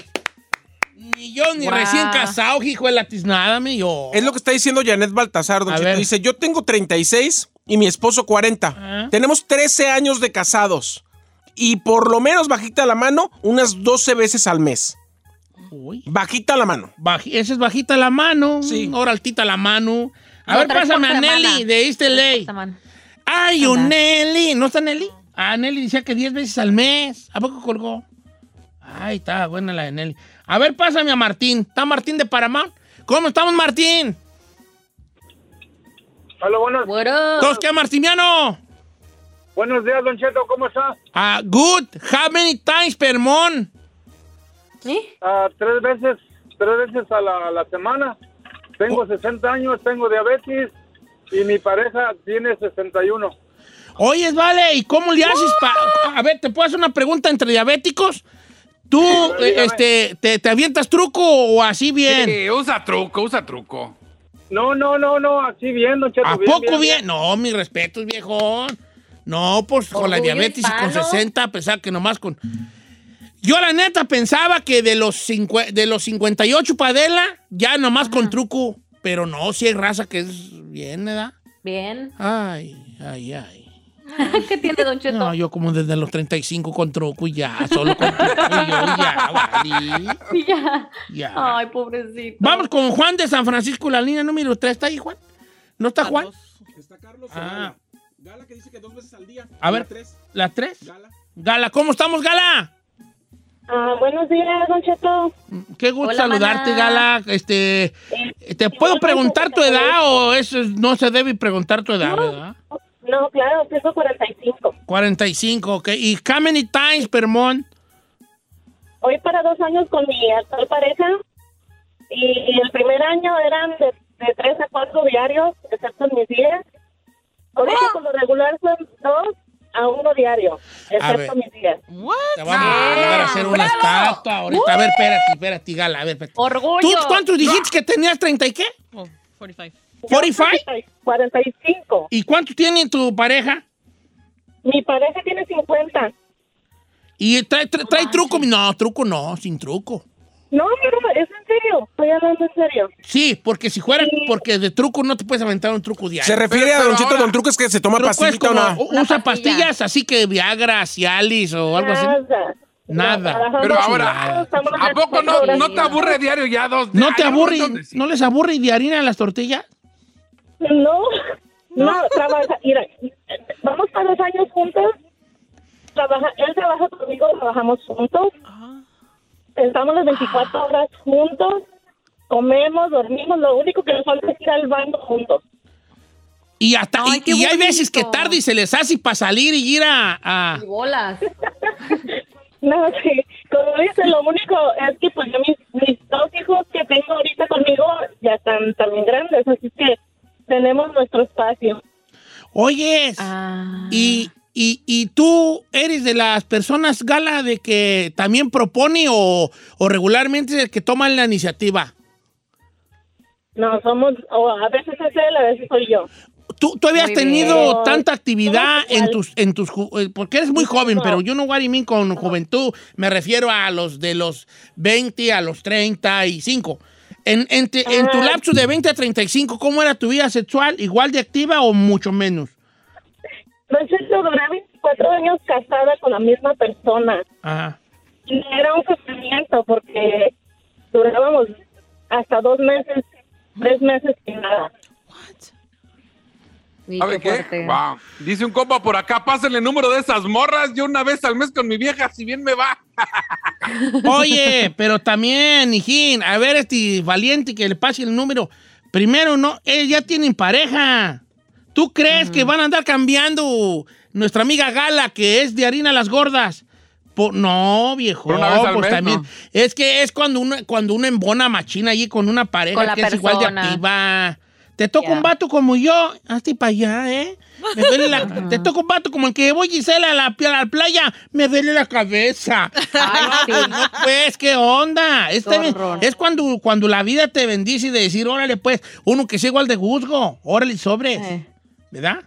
Speaker 1: Ni yo ni
Speaker 3: Guau.
Speaker 1: recién casado, hijo de la tiznada, me yo.
Speaker 4: Es lo que está diciendo Janet Baltasar, don
Speaker 1: A
Speaker 4: Cheto.
Speaker 1: ver.
Speaker 4: Dice, yo tengo 36 y mi esposo 40.
Speaker 1: Ajá.
Speaker 4: Tenemos 13 años de casados. Y por lo menos bajita la mano unas 12 veces al mes.
Speaker 1: Uy.
Speaker 4: Bajita la mano.
Speaker 1: Baji- esa es bajita la mano.
Speaker 4: Sí.
Speaker 1: Ahora altita la mano. A
Speaker 3: No,
Speaker 1: ver,
Speaker 3: tres por
Speaker 1: pásame a
Speaker 3: semana.
Speaker 1: Nelly de East
Speaker 3: Esta
Speaker 1: LA.
Speaker 3: semana.
Speaker 1: Ay,
Speaker 3: Anda.
Speaker 1: un Nelly. ¿No está Nelly? Ah, Nelly decía que 10 veces al mes. ¿A poco colgó? Ay, está buena la de Nelly. A ver, pásame a Martín. ¿Está Martín de Paramount? ¿Cómo estamos, Martín?
Speaker 7: Hola, buenos,
Speaker 3: Bueno.
Speaker 1: ¿Todos qué, Martiniano?
Speaker 7: buenos días, Don Cheto. ¿Cómo está?
Speaker 1: Ah, good. How many times per month?
Speaker 3: ¿Eh?
Speaker 7: Ah, tres veces, tres veces a la, a la semana.
Speaker 1: Oh.
Speaker 7: Tengo 60 años, tengo diabetes y mi pareja tiene 61.
Speaker 1: Oyes, vale, ¿y cómo le haces pa- A ver, ¿te puedo hacer una pregunta entre diabéticos? ¿Tú, eh,
Speaker 7: dígame.
Speaker 1: este, te, te avientas truco o así bien?
Speaker 5: Sí, usa truco, usa truco.
Speaker 7: No, no, no, no, así bien, Don Cheto.
Speaker 1: ¿A poco bien? No, mi respeto, viejón. No, pues con la
Speaker 3: Orgullo
Speaker 1: diabetes y con
Speaker 3: hispano.
Speaker 1: 60, pensaba que nomás con... Yo la neta pensaba que de los, cincu- de los 58 padela, ya nomás con truco. Pero no, si hay raza que es bien, ¿verdad?
Speaker 3: Bien.
Speaker 1: Ay, ay, ay.
Speaker 3: ¿Qué tiene Don Cheto?
Speaker 1: No, yo como desde los 35 con truco y ya, solo con truco y yo ya, valí,
Speaker 3: Y ya.
Speaker 1: ya.
Speaker 3: Ay, pobrecito.
Speaker 1: Vamos con Juan de San Francisco, la línea número 3. ¿Está ahí, Juan? ¿No está Juan?
Speaker 4: Está Carlos
Speaker 1: Ah.
Speaker 4: Gala que dice que dos veces al día.
Speaker 1: A ver.
Speaker 4: Tres.
Speaker 1: ¿La 3?
Speaker 4: Gala.
Speaker 1: Gala, ¿cómo estamos, Gala?
Speaker 8: Ah, buenos días, Don Cheto.
Speaker 1: Qué gusto
Speaker 3: Hola,
Speaker 1: saludarte,
Speaker 3: maná.
Speaker 1: Gala. Este,
Speaker 8: Eh,
Speaker 1: ¿Te puedo preguntar tu edad o eso es- no se debe preguntar tu edad, verdad?
Speaker 8: No, claro, tengo 45.
Speaker 1: 45, ok. ¿Y how many times per month?
Speaker 8: Hoy para dos años con mi actual pareja y el primer año eran de, de tres a cuatro diarios, excepto en mis días. Ahorita
Speaker 5: ¡Oh!
Speaker 8: por lo regular son dos a uno diario,
Speaker 1: ver.
Speaker 8: excepto mis días.
Speaker 1: Te vamos a mandar a hacer una estatua ahorita. A ver, espérate, espérate, Gala, a ver, espérate. ¿Tú
Speaker 3: Orgullo.
Speaker 1: cuántos dijiste que tenías? ¿30 y qué?
Speaker 2: Oh, 45.
Speaker 1: ¿45?
Speaker 8: 45.
Speaker 1: ¿Y cuánto tiene tu pareja?
Speaker 8: Mi pareja tiene 50.
Speaker 1: ¿Y trae, trae- trae truco? No, truco no, sin truco.
Speaker 8: No, no, es en serio. Estoy hablando en serio.
Speaker 1: Sí, porque si fuera, porque de truco no te puedes aventar un truco diario.
Speaker 4: Se refiere
Speaker 5: Pero-
Speaker 4: a Don
Speaker 5: pero
Speaker 4: Cheto
Speaker 5: ahora-
Speaker 4: Don Truco es que se toma
Speaker 1: truco es
Speaker 4: pastillita o
Speaker 1: pues, como,
Speaker 4: no.
Speaker 1: u- usa
Speaker 3: Una pastilla.
Speaker 1: pastillas así que Viagra, Cialis o algo así.
Speaker 3: Ah,
Speaker 8: Nada.
Speaker 1: Nada.
Speaker 8: trabajamos-
Speaker 5: Pero ahora,
Speaker 8: estamos
Speaker 5: ¿a poco no,
Speaker 8: haciendo
Speaker 5: no te aburre diario ya dos?
Speaker 1: ¿No te
Speaker 5: Ay,
Speaker 1: aburre,
Speaker 5: no, no,
Speaker 1: no les aburre y de harina las tortillas?
Speaker 8: No, no, trabaja. Mira, vamos para dos años juntos. Trabaja, él trabaja conmigo, trabajamos juntos. Estamos las 24 horas juntos. Comemos, dormimos. Lo único que nos falta es ir al baño juntos.
Speaker 1: Y hasta
Speaker 2: Ay,
Speaker 1: y-
Speaker 2: qué
Speaker 1: y, hay veces que
Speaker 3: bonito.
Speaker 1: tarde y se les hace para salir y ir a, a-
Speaker 3: Y bolas.
Speaker 8: No, sí. Como dice, lo único es que pues yo mis, mis dos hijos que tengo ahorita conmigo ya están también grandes. Así que tenemos nuestro espacio.
Speaker 1: Oyes,
Speaker 3: Ah.
Speaker 1: y, y- y tú eres de las personas, Gala, de que también propone o, o regularmente es el que toma la iniciativa.
Speaker 8: No, somos, o a veces es él, a veces soy yo.
Speaker 1: Tú, tú habías
Speaker 3: Muy
Speaker 1: tenido
Speaker 8: bien.
Speaker 1: tanta actividad
Speaker 8: Somos
Speaker 1: en
Speaker 8: igual.
Speaker 1: tus, en tus, ju- eh, porque eres muy joven,
Speaker 8: No.
Speaker 1: pero yo no what I mean con juventud, me refiero a los de los 20 a los 35. En, en, te- en tu
Speaker 8: Ah.
Speaker 1: lapso de 20 a 35, ¿cómo era tu vida sexual? ¿Igual de activa o mucho menos?
Speaker 8: Entonces yo duré 24 años casada con la misma persona.
Speaker 1: Ajá.
Speaker 8: Y era un sufrimiento porque durábamos hasta dos meses, tres meses sin nada.
Speaker 3: Sí,
Speaker 5: ¿Sabe
Speaker 3: qué
Speaker 5: qué?
Speaker 3: Ah, fuerte.
Speaker 5: Wow. Dice un compa por acá, pásenle el número de esas morras. Yo una vez al mes con mi vieja, si bien me va.
Speaker 1: Oye, pero también, hijín, a ver este valiente que le pase el número. Primero, no, ellos ya tienen pareja. ¿Tú crees que van a andar cambiando nuestra amiga Gala, que es de harina las gordas? Po- no, viejo.
Speaker 5: Por una vez al
Speaker 1: pues
Speaker 5: mes,
Speaker 1: también.
Speaker 5: ¿no?
Speaker 1: Es que es cuando uno, cuando uno embona machina allí con una pareja
Speaker 3: Con la
Speaker 1: que es igual de
Speaker 3: persona.
Speaker 1: activa. Te toca
Speaker 3: Ya.
Speaker 1: un vato como yo, hazte para allá, ¿eh? Me duele la- te toca un vato como el que voy Gisela a la, a la playa, me duele la cabeza.
Speaker 3: Ay, sí.
Speaker 1: No, pues, ¿qué onda? Es,
Speaker 3: Qué
Speaker 1: también-
Speaker 3: horror.
Speaker 1: es cuando, cuando la vida te bendice y de decir, órale, pues, uno que es igual de juzgo, órale, sobres,
Speaker 3: Eh.
Speaker 1: ¿verdad?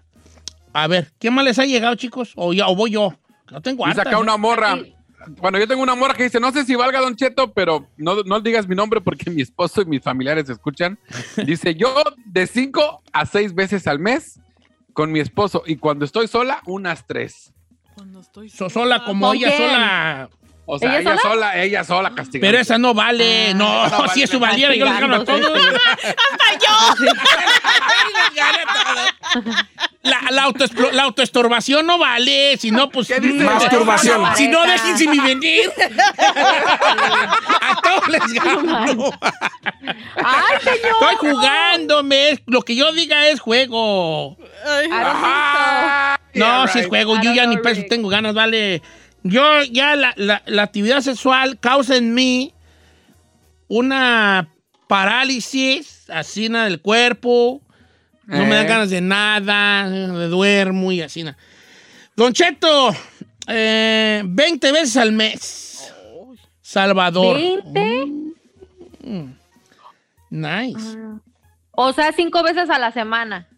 Speaker 1: A ver, ¿qué más les ha llegado, chicos? O, ya, o voy yo, que no tengo
Speaker 5: Y
Speaker 1: hartas,
Speaker 5: saca
Speaker 1: ¿eh?
Speaker 5: una morra.
Speaker 3: Sí.
Speaker 5: Bueno, yo tengo una morra que dice, no sé si valga Don Cheto, pero no, no digas mi nombre porque mi esposo y mis familiares escuchan. Dice, yo de cinco a seis veces al mes con mi esposo y cuando estoy sola, unas tres.
Speaker 2: Cuando estoy
Speaker 1: So- sola como
Speaker 3: ¿Con
Speaker 1: ella,
Speaker 3: quién?
Speaker 1: sola.
Speaker 5: O sea,
Speaker 3: ¿Ella
Speaker 5: ella, sola? ella sola castigada.
Speaker 1: Pero esa no vale, no,
Speaker 5: Ah, no vale.
Speaker 1: si eso valiera, yo les gano a todos. Les gano a todos. La, la, autoexplo- la autoestorbación no vale, si no, pues...
Speaker 5: ¿Qué dice?
Speaker 4: Masturbación.
Speaker 1: Si no, dejen sin mi venir. A todos les gano.
Speaker 3: Ay, señor.
Speaker 1: Estoy jugándome. es- Lo que yo diga es juego.
Speaker 2: Ay,
Speaker 3: I don't think so.
Speaker 1: no, si es juego.
Speaker 3: I
Speaker 1: Yo
Speaker 3: don't
Speaker 1: ya
Speaker 3: know,
Speaker 1: ni peso
Speaker 3: Rick.
Speaker 1: tengo ganas, vale. Yo ya la, la- la actividad sexual causa en mí una parálisis así na, del cuerpo. No me dan
Speaker 5: Eh.
Speaker 1: ganas de nada. Me duermo y así. na. Don Cheto, eh, 20 veces al mes. Salvador.
Speaker 3: ¿Veinte?
Speaker 1: Mm, Nice.
Speaker 3: O sea, cinco veces a la semana.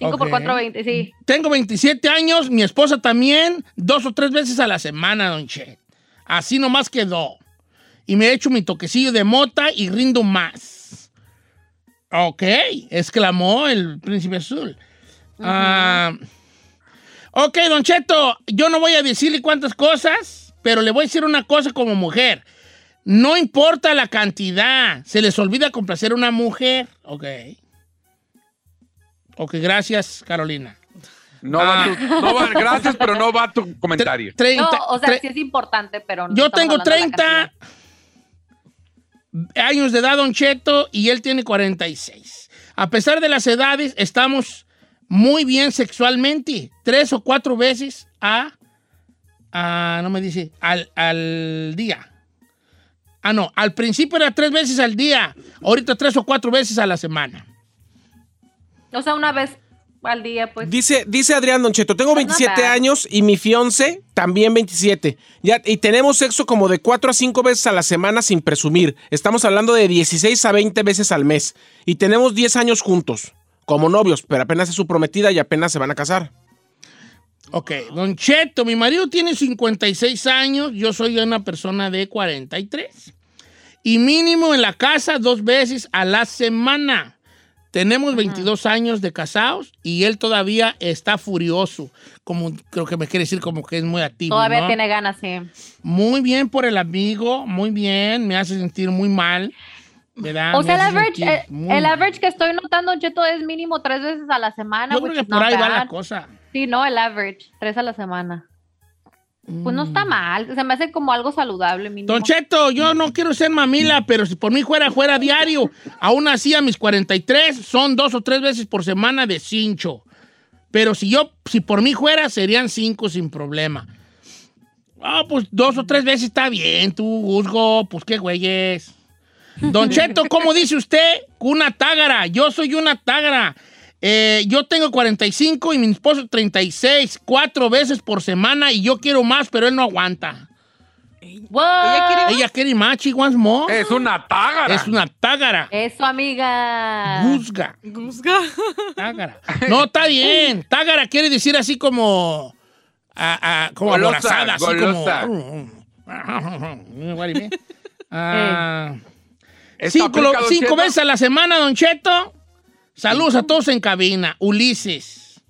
Speaker 3: Cinco por
Speaker 1: Ok.
Speaker 3: cuatro, veinte, sí.
Speaker 1: Tengo 27 años, mi esposa también, dos o tres veces a la semana, don Che. Así nomás quedó. Y me echo mi toquecillo de mota y rindo más. Ok, exclamó el príncipe azul. Ah, Ok, Don Cheto, yo no voy a decirle cuántas cosas, pero le voy a decir una cosa como mujer. No importa la cantidad, se les olvida complacer a una mujer. Ok. Ok, gracias, Carolina.
Speaker 5: No
Speaker 1: Ah.
Speaker 5: va tu- no va- gracias, pero no va tu comentario.
Speaker 3: No,
Speaker 1: 30,
Speaker 3: o sea,
Speaker 1: tre-
Speaker 3: sí es importante, pero no
Speaker 1: yo
Speaker 3: estamos
Speaker 1: tengo
Speaker 3: hablando de la
Speaker 1: 30
Speaker 3: cantidad.
Speaker 1: años de edad, Don Cheto, y él tiene 46. A pesar de las edades, estamos muy bien sexualmente. Tres o cuatro veces a. a- no me dice. Al, al día. Ah, no. Al principio era tres veces al día. Ahorita tres o cuatro veces a la semana.
Speaker 3: O sea, una vez al día, pues.
Speaker 4: Dice, dice Adrián Doncheto, tengo
Speaker 3: Pues no
Speaker 4: 27
Speaker 3: va.
Speaker 4: años y mi fiance también 27. Ya, y tenemos sexo como de 4 a 5 veces a la semana sin presumir. Estamos hablando de 16 a 20 veces al mes. Y tenemos 10 años juntos, como novios, pero apenas es su prometida y apenas se van a casar.
Speaker 1: Ok, Don Cheto, mi marido tiene 56 años, yo soy una persona de 43. Y mínimo en la casa dos veces a la semana. Tenemos 22 años de casados y él todavía está furioso. Como creo que me quiere decir como que es muy activo.
Speaker 3: Todavía
Speaker 1: ¿no?
Speaker 3: tiene ganas, sí.
Speaker 1: Muy bien por el amigo, muy bien, me hace sentir muy mal. ¿verdad?
Speaker 3: O
Speaker 1: Ah, Me
Speaker 3: sea, el
Speaker 1: hace
Speaker 3: average,
Speaker 1: sentir
Speaker 3: eh,
Speaker 1: muy
Speaker 3: el
Speaker 1: mal.
Speaker 3: average que estoy notando, Cheto, es mínimo tres veces a la semana.
Speaker 1: Yo
Speaker 3: which
Speaker 1: creo que
Speaker 3: is
Speaker 1: por
Speaker 3: not
Speaker 1: ahí va
Speaker 3: bad.
Speaker 1: la cosa.
Speaker 3: Sí, no, el average, tres a la semana. Pues no está mal, se me hace como algo saludable, mínimo.
Speaker 1: Mm. Don Cheto, yo no quiero ser mamila, pero si por mí fuera, fuera diario. Aún así, a mis 43 son dos o tres veces por semana de cincho. Pero si yo, si por mí fuera, serían cinco sin problema. Ah, pues dos o tres veces está bien, tú, Guzgo, pues qué güeyes. Don Cheto, ¿cómo dice usted? Una tágara, yo soy una tágara. Eh, yo tengo 45 y mi esposo 36, cuatro veces por semana y yo quiero más, pero él no aguanta.
Speaker 3: What?
Speaker 2: Ella quiere-
Speaker 1: Ella quiere más, she wants more.
Speaker 5: Es una Eh, tágara.
Speaker 1: Es una tágara.
Speaker 3: Eso, amiga.
Speaker 1: Guzga.
Speaker 2: Guzga.
Speaker 1: Tágara. No, está bien. Tágara quiere decir así como. a- a- como
Speaker 5: Golosa,
Speaker 1: aborazada, así
Speaker 5: golosa.
Speaker 1: como. What do you mean? Ah,
Speaker 5: Esto
Speaker 1: cinco
Speaker 5: aplica, Don
Speaker 1: cinco
Speaker 5: Eh, Cheto.
Speaker 1: veces a la semana, Don Cheto. Saludos a todos en cabina. Ulises.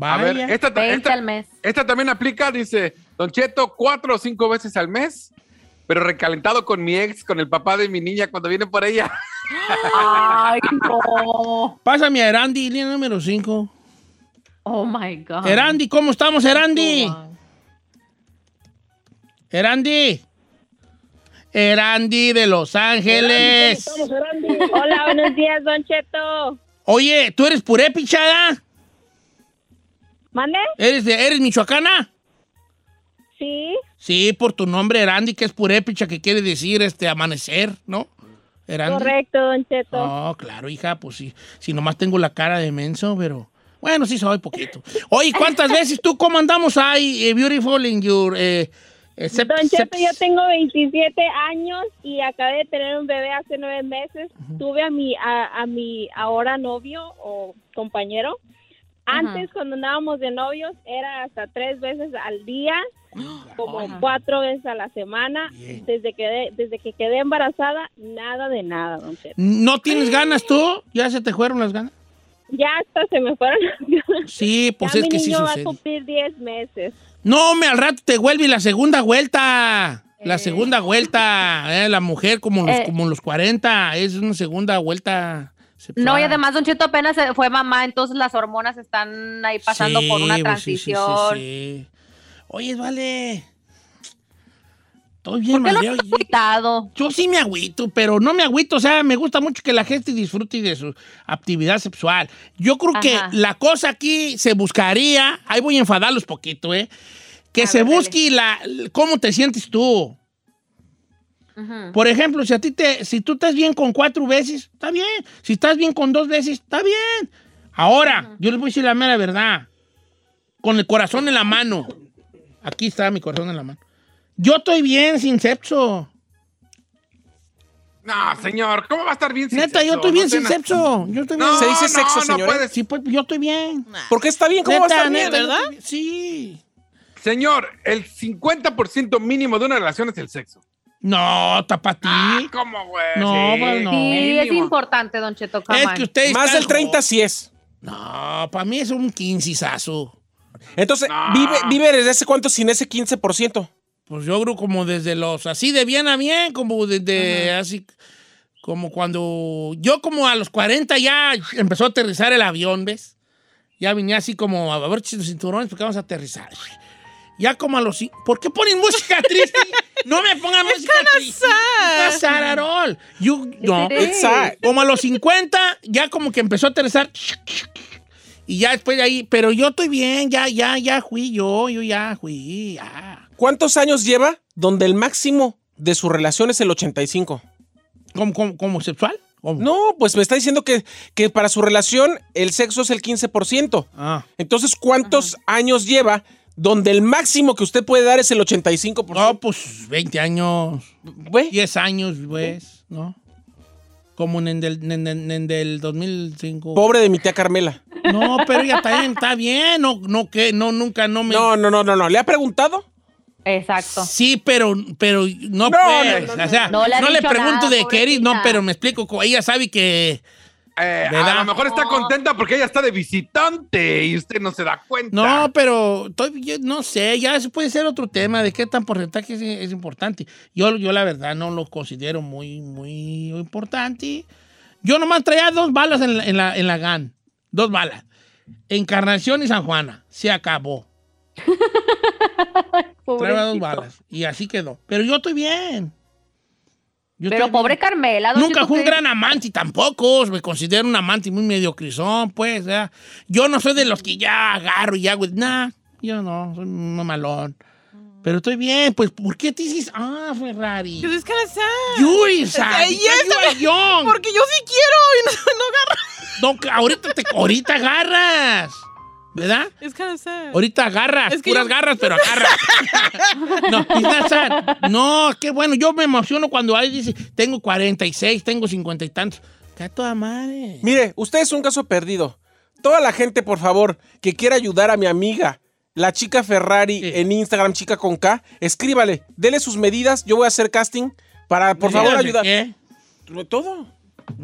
Speaker 5: A ver,
Speaker 1: Vaya.
Speaker 5: esta, ta-
Speaker 3: 20
Speaker 5: esta-
Speaker 3: al mes.
Speaker 5: esta también aplica, dice Don Cheto, cuatro o cinco veces al mes, pero recalentado con mi ex, con el papá de mi niña cuando viene por ella.
Speaker 3: Ay, no.
Speaker 1: Pásame a Erandi, línea número 5.
Speaker 3: Oh my God.
Speaker 1: Erandi, ¿cómo estamos, Erandi? Erandi. Erandi de Los Ángeles.
Speaker 8: Hola, buenos días, Don Cheto.
Speaker 1: Oye, ¿tú eres puré, pichada?
Speaker 8: ¿Mande?
Speaker 1: ¿Eres, de, ¿Eres michoacana?
Speaker 8: Sí.
Speaker 1: Sí, por tu nombre, Erandi, que es puré, picha, que quiere decir este amanecer, ¿no? Erandi.
Speaker 8: Correcto, Don Cheto.
Speaker 1: No, claro, hija, pues sí. Si nomás tengo la cara de menso, pero. Bueno, sí soy poquito. Oye, ¿cuántas veces tú cómo andamos ahí, eh, beautiful in your. Eh, eh, sep-
Speaker 8: Don Cheto,
Speaker 1: seps?
Speaker 8: yo tengo 27 años y acabé de tener un bebé hace nueve meses. Tuve a mi, a, a mi ahora novio o compañero. Antes, cuando andábamos de novios, era hasta tres veces al día, como cuatro veces a la semana.
Speaker 1: Bien.
Speaker 8: Desde que, desde que quedé embarazada, nada de nada, Don Cheto.
Speaker 1: ¿No tienes ganas tú? ¿Ya se te fueron las ganas?
Speaker 8: Ya hasta se me fueron las ganas.
Speaker 1: Sí, pues
Speaker 8: ya
Speaker 1: es
Speaker 8: mi
Speaker 1: que sí
Speaker 8: niño va
Speaker 1: sucede.
Speaker 8: a cumplir 10 meses.
Speaker 1: No, me al rato te vuelve la segunda vuelta. La segunda vuelta. eh, la mujer como los,
Speaker 3: Eh.
Speaker 1: como los 40. Es una segunda vuelta. sexual.
Speaker 3: No, y además Don Cheto apenas eh, fue mamá, entonces las hormonas están ahí pasando por una
Speaker 1: Sí, pues, sí, sí, sí,
Speaker 3: transición.
Speaker 1: sí. Oye, vale. Estoy bien,
Speaker 3: ¿Por qué lo
Speaker 1: madreado.
Speaker 3: has
Speaker 1: Yo,
Speaker 3: quitado?
Speaker 1: yo sí me agüito, pero no me agüito. O sea, me gusta mucho que la gente disfrute de su actividad sexual. Yo creo que
Speaker 3: Ajá.
Speaker 1: la cosa aquí se buscaría. Ahí voy a enfadarlos poquito, ¿eh? Que
Speaker 3: A
Speaker 1: se
Speaker 3: ver, dale.
Speaker 1: busque la, cómo te sientes tú.
Speaker 3: Ujú.
Speaker 1: Por ejemplo, si a ti te, si tú estás bien con cuatro veces, está bien. Si estás bien con dos veces, está bien. Ahora, yo les voy a decir la mera verdad. Con el corazón en la mano. Aquí está mi corazón en la mano. Yo estoy bien sin sexo.
Speaker 5: No, señor, ¿cómo va a estar bien sin
Speaker 1: Neta, yo
Speaker 5: sexo?
Speaker 1: estoy bien
Speaker 5: No
Speaker 1: sin
Speaker 5: tiene-
Speaker 1: sexo. Yo estoy bien.
Speaker 5: No,
Speaker 4: Se dice
Speaker 5: no,
Speaker 4: sexo,
Speaker 5: no
Speaker 4: señores.
Speaker 5: puedes.
Speaker 1: Sí, pues yo estoy bien.
Speaker 4: ¿Por qué está bien? ¿Cómo va a
Speaker 1: Neta,
Speaker 4: estar bien?
Speaker 1: neta, yo
Speaker 2: verdad?
Speaker 1: estoy bien. Sí.
Speaker 5: Señor, el 50% mínimo de una relación es el sexo.
Speaker 1: No, tapatí.
Speaker 5: Ah, ¿Cómo, güey?
Speaker 1: No,
Speaker 5: Sí.
Speaker 1: pues no.
Speaker 3: Sí, es
Speaker 5: Mínimo.
Speaker 3: importante, Don Cheto. come
Speaker 1: es
Speaker 3: on.
Speaker 1: que ustedes.
Speaker 4: Más
Speaker 1: están
Speaker 4: del 30
Speaker 1: jo-
Speaker 4: sí es.
Speaker 1: No, para mí es un 15 sazo.
Speaker 4: Entonces, vive, vive desde hace cuánto sin ese 15%.
Speaker 1: Pues yo creo como desde los, así de bien a bien, como desde así, como cuando, yo como a los 40 ya empezó a aterrizar el avión, ¿ves? Ya venía así como, a ver, los cinturones, porque vamos a aterrizar. Ya como a los, cin- ¿por qué ponen música triste? No me pongan música triste.
Speaker 2: sad.
Speaker 1: It's not sad at all. You, no.
Speaker 3: It
Speaker 4: It's sad.
Speaker 1: Como a los 50, ya como que empezó a aterrizar. Y ya después de ahí, pero yo estoy bien, ya, ya, ya fui yo, yo ya fui, ya.
Speaker 4: ¿Cuántos años lleva donde el máximo de su relación es el 85?
Speaker 1: ¿Como, como, como sexual? ¿Cómo?
Speaker 4: No, pues me está diciendo que, que para su relación el sexo es el 15%.
Speaker 1: Ah.
Speaker 4: Entonces, ¿cuántos años lleva donde el máximo que usted puede dar es el 85%?
Speaker 1: No, pues 20 años,
Speaker 4: Güey,
Speaker 1: 10 años, pues, ¿no? Como en el, en el- en el 2005.
Speaker 4: Pobre de mi tía Carmela.
Speaker 1: No, pero ya está bien, está bien. No, no, que, no, nunca, no me...
Speaker 4: No, no, no, no, no. ¿Le ha preguntado?
Speaker 3: Exacto.
Speaker 1: Sí, pero, pero no,
Speaker 4: No,
Speaker 1: pues,
Speaker 4: no, no,
Speaker 1: o sea,
Speaker 3: no. No le ha
Speaker 1: le
Speaker 3: dicho
Speaker 1: pregunto
Speaker 3: nada,
Speaker 1: de qué eres, no,
Speaker 3: pobrecita.
Speaker 1: pero me explico, co- ella sabe que...
Speaker 5: Eh,
Speaker 1: ¿Verdad?
Speaker 5: a lo mejor está contenta porque ella está de visitante y usted no se da cuenta.
Speaker 1: No, pero estoy- yo no sé, ya eso puede ser otro tema de qué tan porcentaje es, es importante. Yo, yo la verdad no lo considero muy, muy importante. Yo nomás traía dos balas en la, en la, en la GAN, dos balas. Encarnación y San Juana, se acabó. Traía dos
Speaker 3: Pobrecito.
Speaker 1: balas y así quedó. Pero yo estoy bien. Yo
Speaker 3: Pero
Speaker 1: estoy bien.
Speaker 3: pobre Carmela. don
Speaker 1: Nunca
Speaker 3: Cheto,
Speaker 1: fui un
Speaker 3: que-
Speaker 1: gran amante tampoco. Me considero un amante muy mediocrisón, pues. o sea, yo no soy de los que ya agarro y hago. Nah, yo no, soy un mamalón. Pero estoy bien, pues, ¿por qué te dices, ah, Ferrari?
Speaker 2: Because it's kind of sad.
Speaker 1: Yuri, Sari,
Speaker 2: Yes,
Speaker 1: you are young.
Speaker 2: Porque yo sí quiero y no, no agarro.
Speaker 1: No, que ahorita, te, ahorita agarras, ¿verdad?
Speaker 2: It's kind of sad.
Speaker 1: Ahorita agarras,
Speaker 2: Es que
Speaker 1: puras
Speaker 2: yo-
Speaker 1: garras, pero agarras. no, it's not sad. no, qué bueno. Yo me emociono cuando alguien dice, tengo 46, tengo 50 y tantos. Qué toda madre.
Speaker 4: Mire, usted es un caso perdido. Toda la gente, por favor, que quiera ayudar a mi amiga, la chica Ferrari,
Speaker 1: Sí.
Speaker 4: en Instagram, chica con K, escríbale, dele sus medidas, yo voy a hacer casting para, por favor,
Speaker 1: ¿De
Speaker 4: ayudar.
Speaker 1: qué?
Speaker 4: Eh, Todo.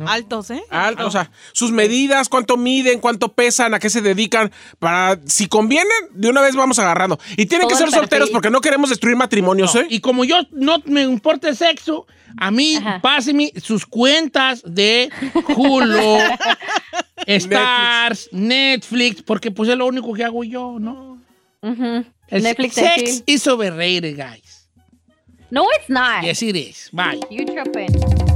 Speaker 2: Altos, ¿eh?
Speaker 3: Ah,
Speaker 4: Alto, o sea, sus medidas, cuánto miden, cuánto pesan, a qué se dedican, para si convienen, de una vez vamos agarrando. Y tienen que
Speaker 3: Todo
Speaker 4: ser
Speaker 3: el perfil.
Speaker 4: solteros porque no queremos destruir matrimonios,
Speaker 1: No,
Speaker 4: ¿eh?
Speaker 1: Y como yo no me importa el sexo, a mí
Speaker 3: Ajá.
Speaker 1: pásenme sus cuentas de Hulu, Stars, Netflix. porque pues es lo único que hago yo, ¿no?
Speaker 3: Ujú.
Speaker 1: El
Speaker 3: Netflix and
Speaker 1: sex
Speaker 3: chill.
Speaker 1: is overrated, guys.
Speaker 3: No, it's not.
Speaker 1: Yes, it is. Bye.
Speaker 3: You tripping.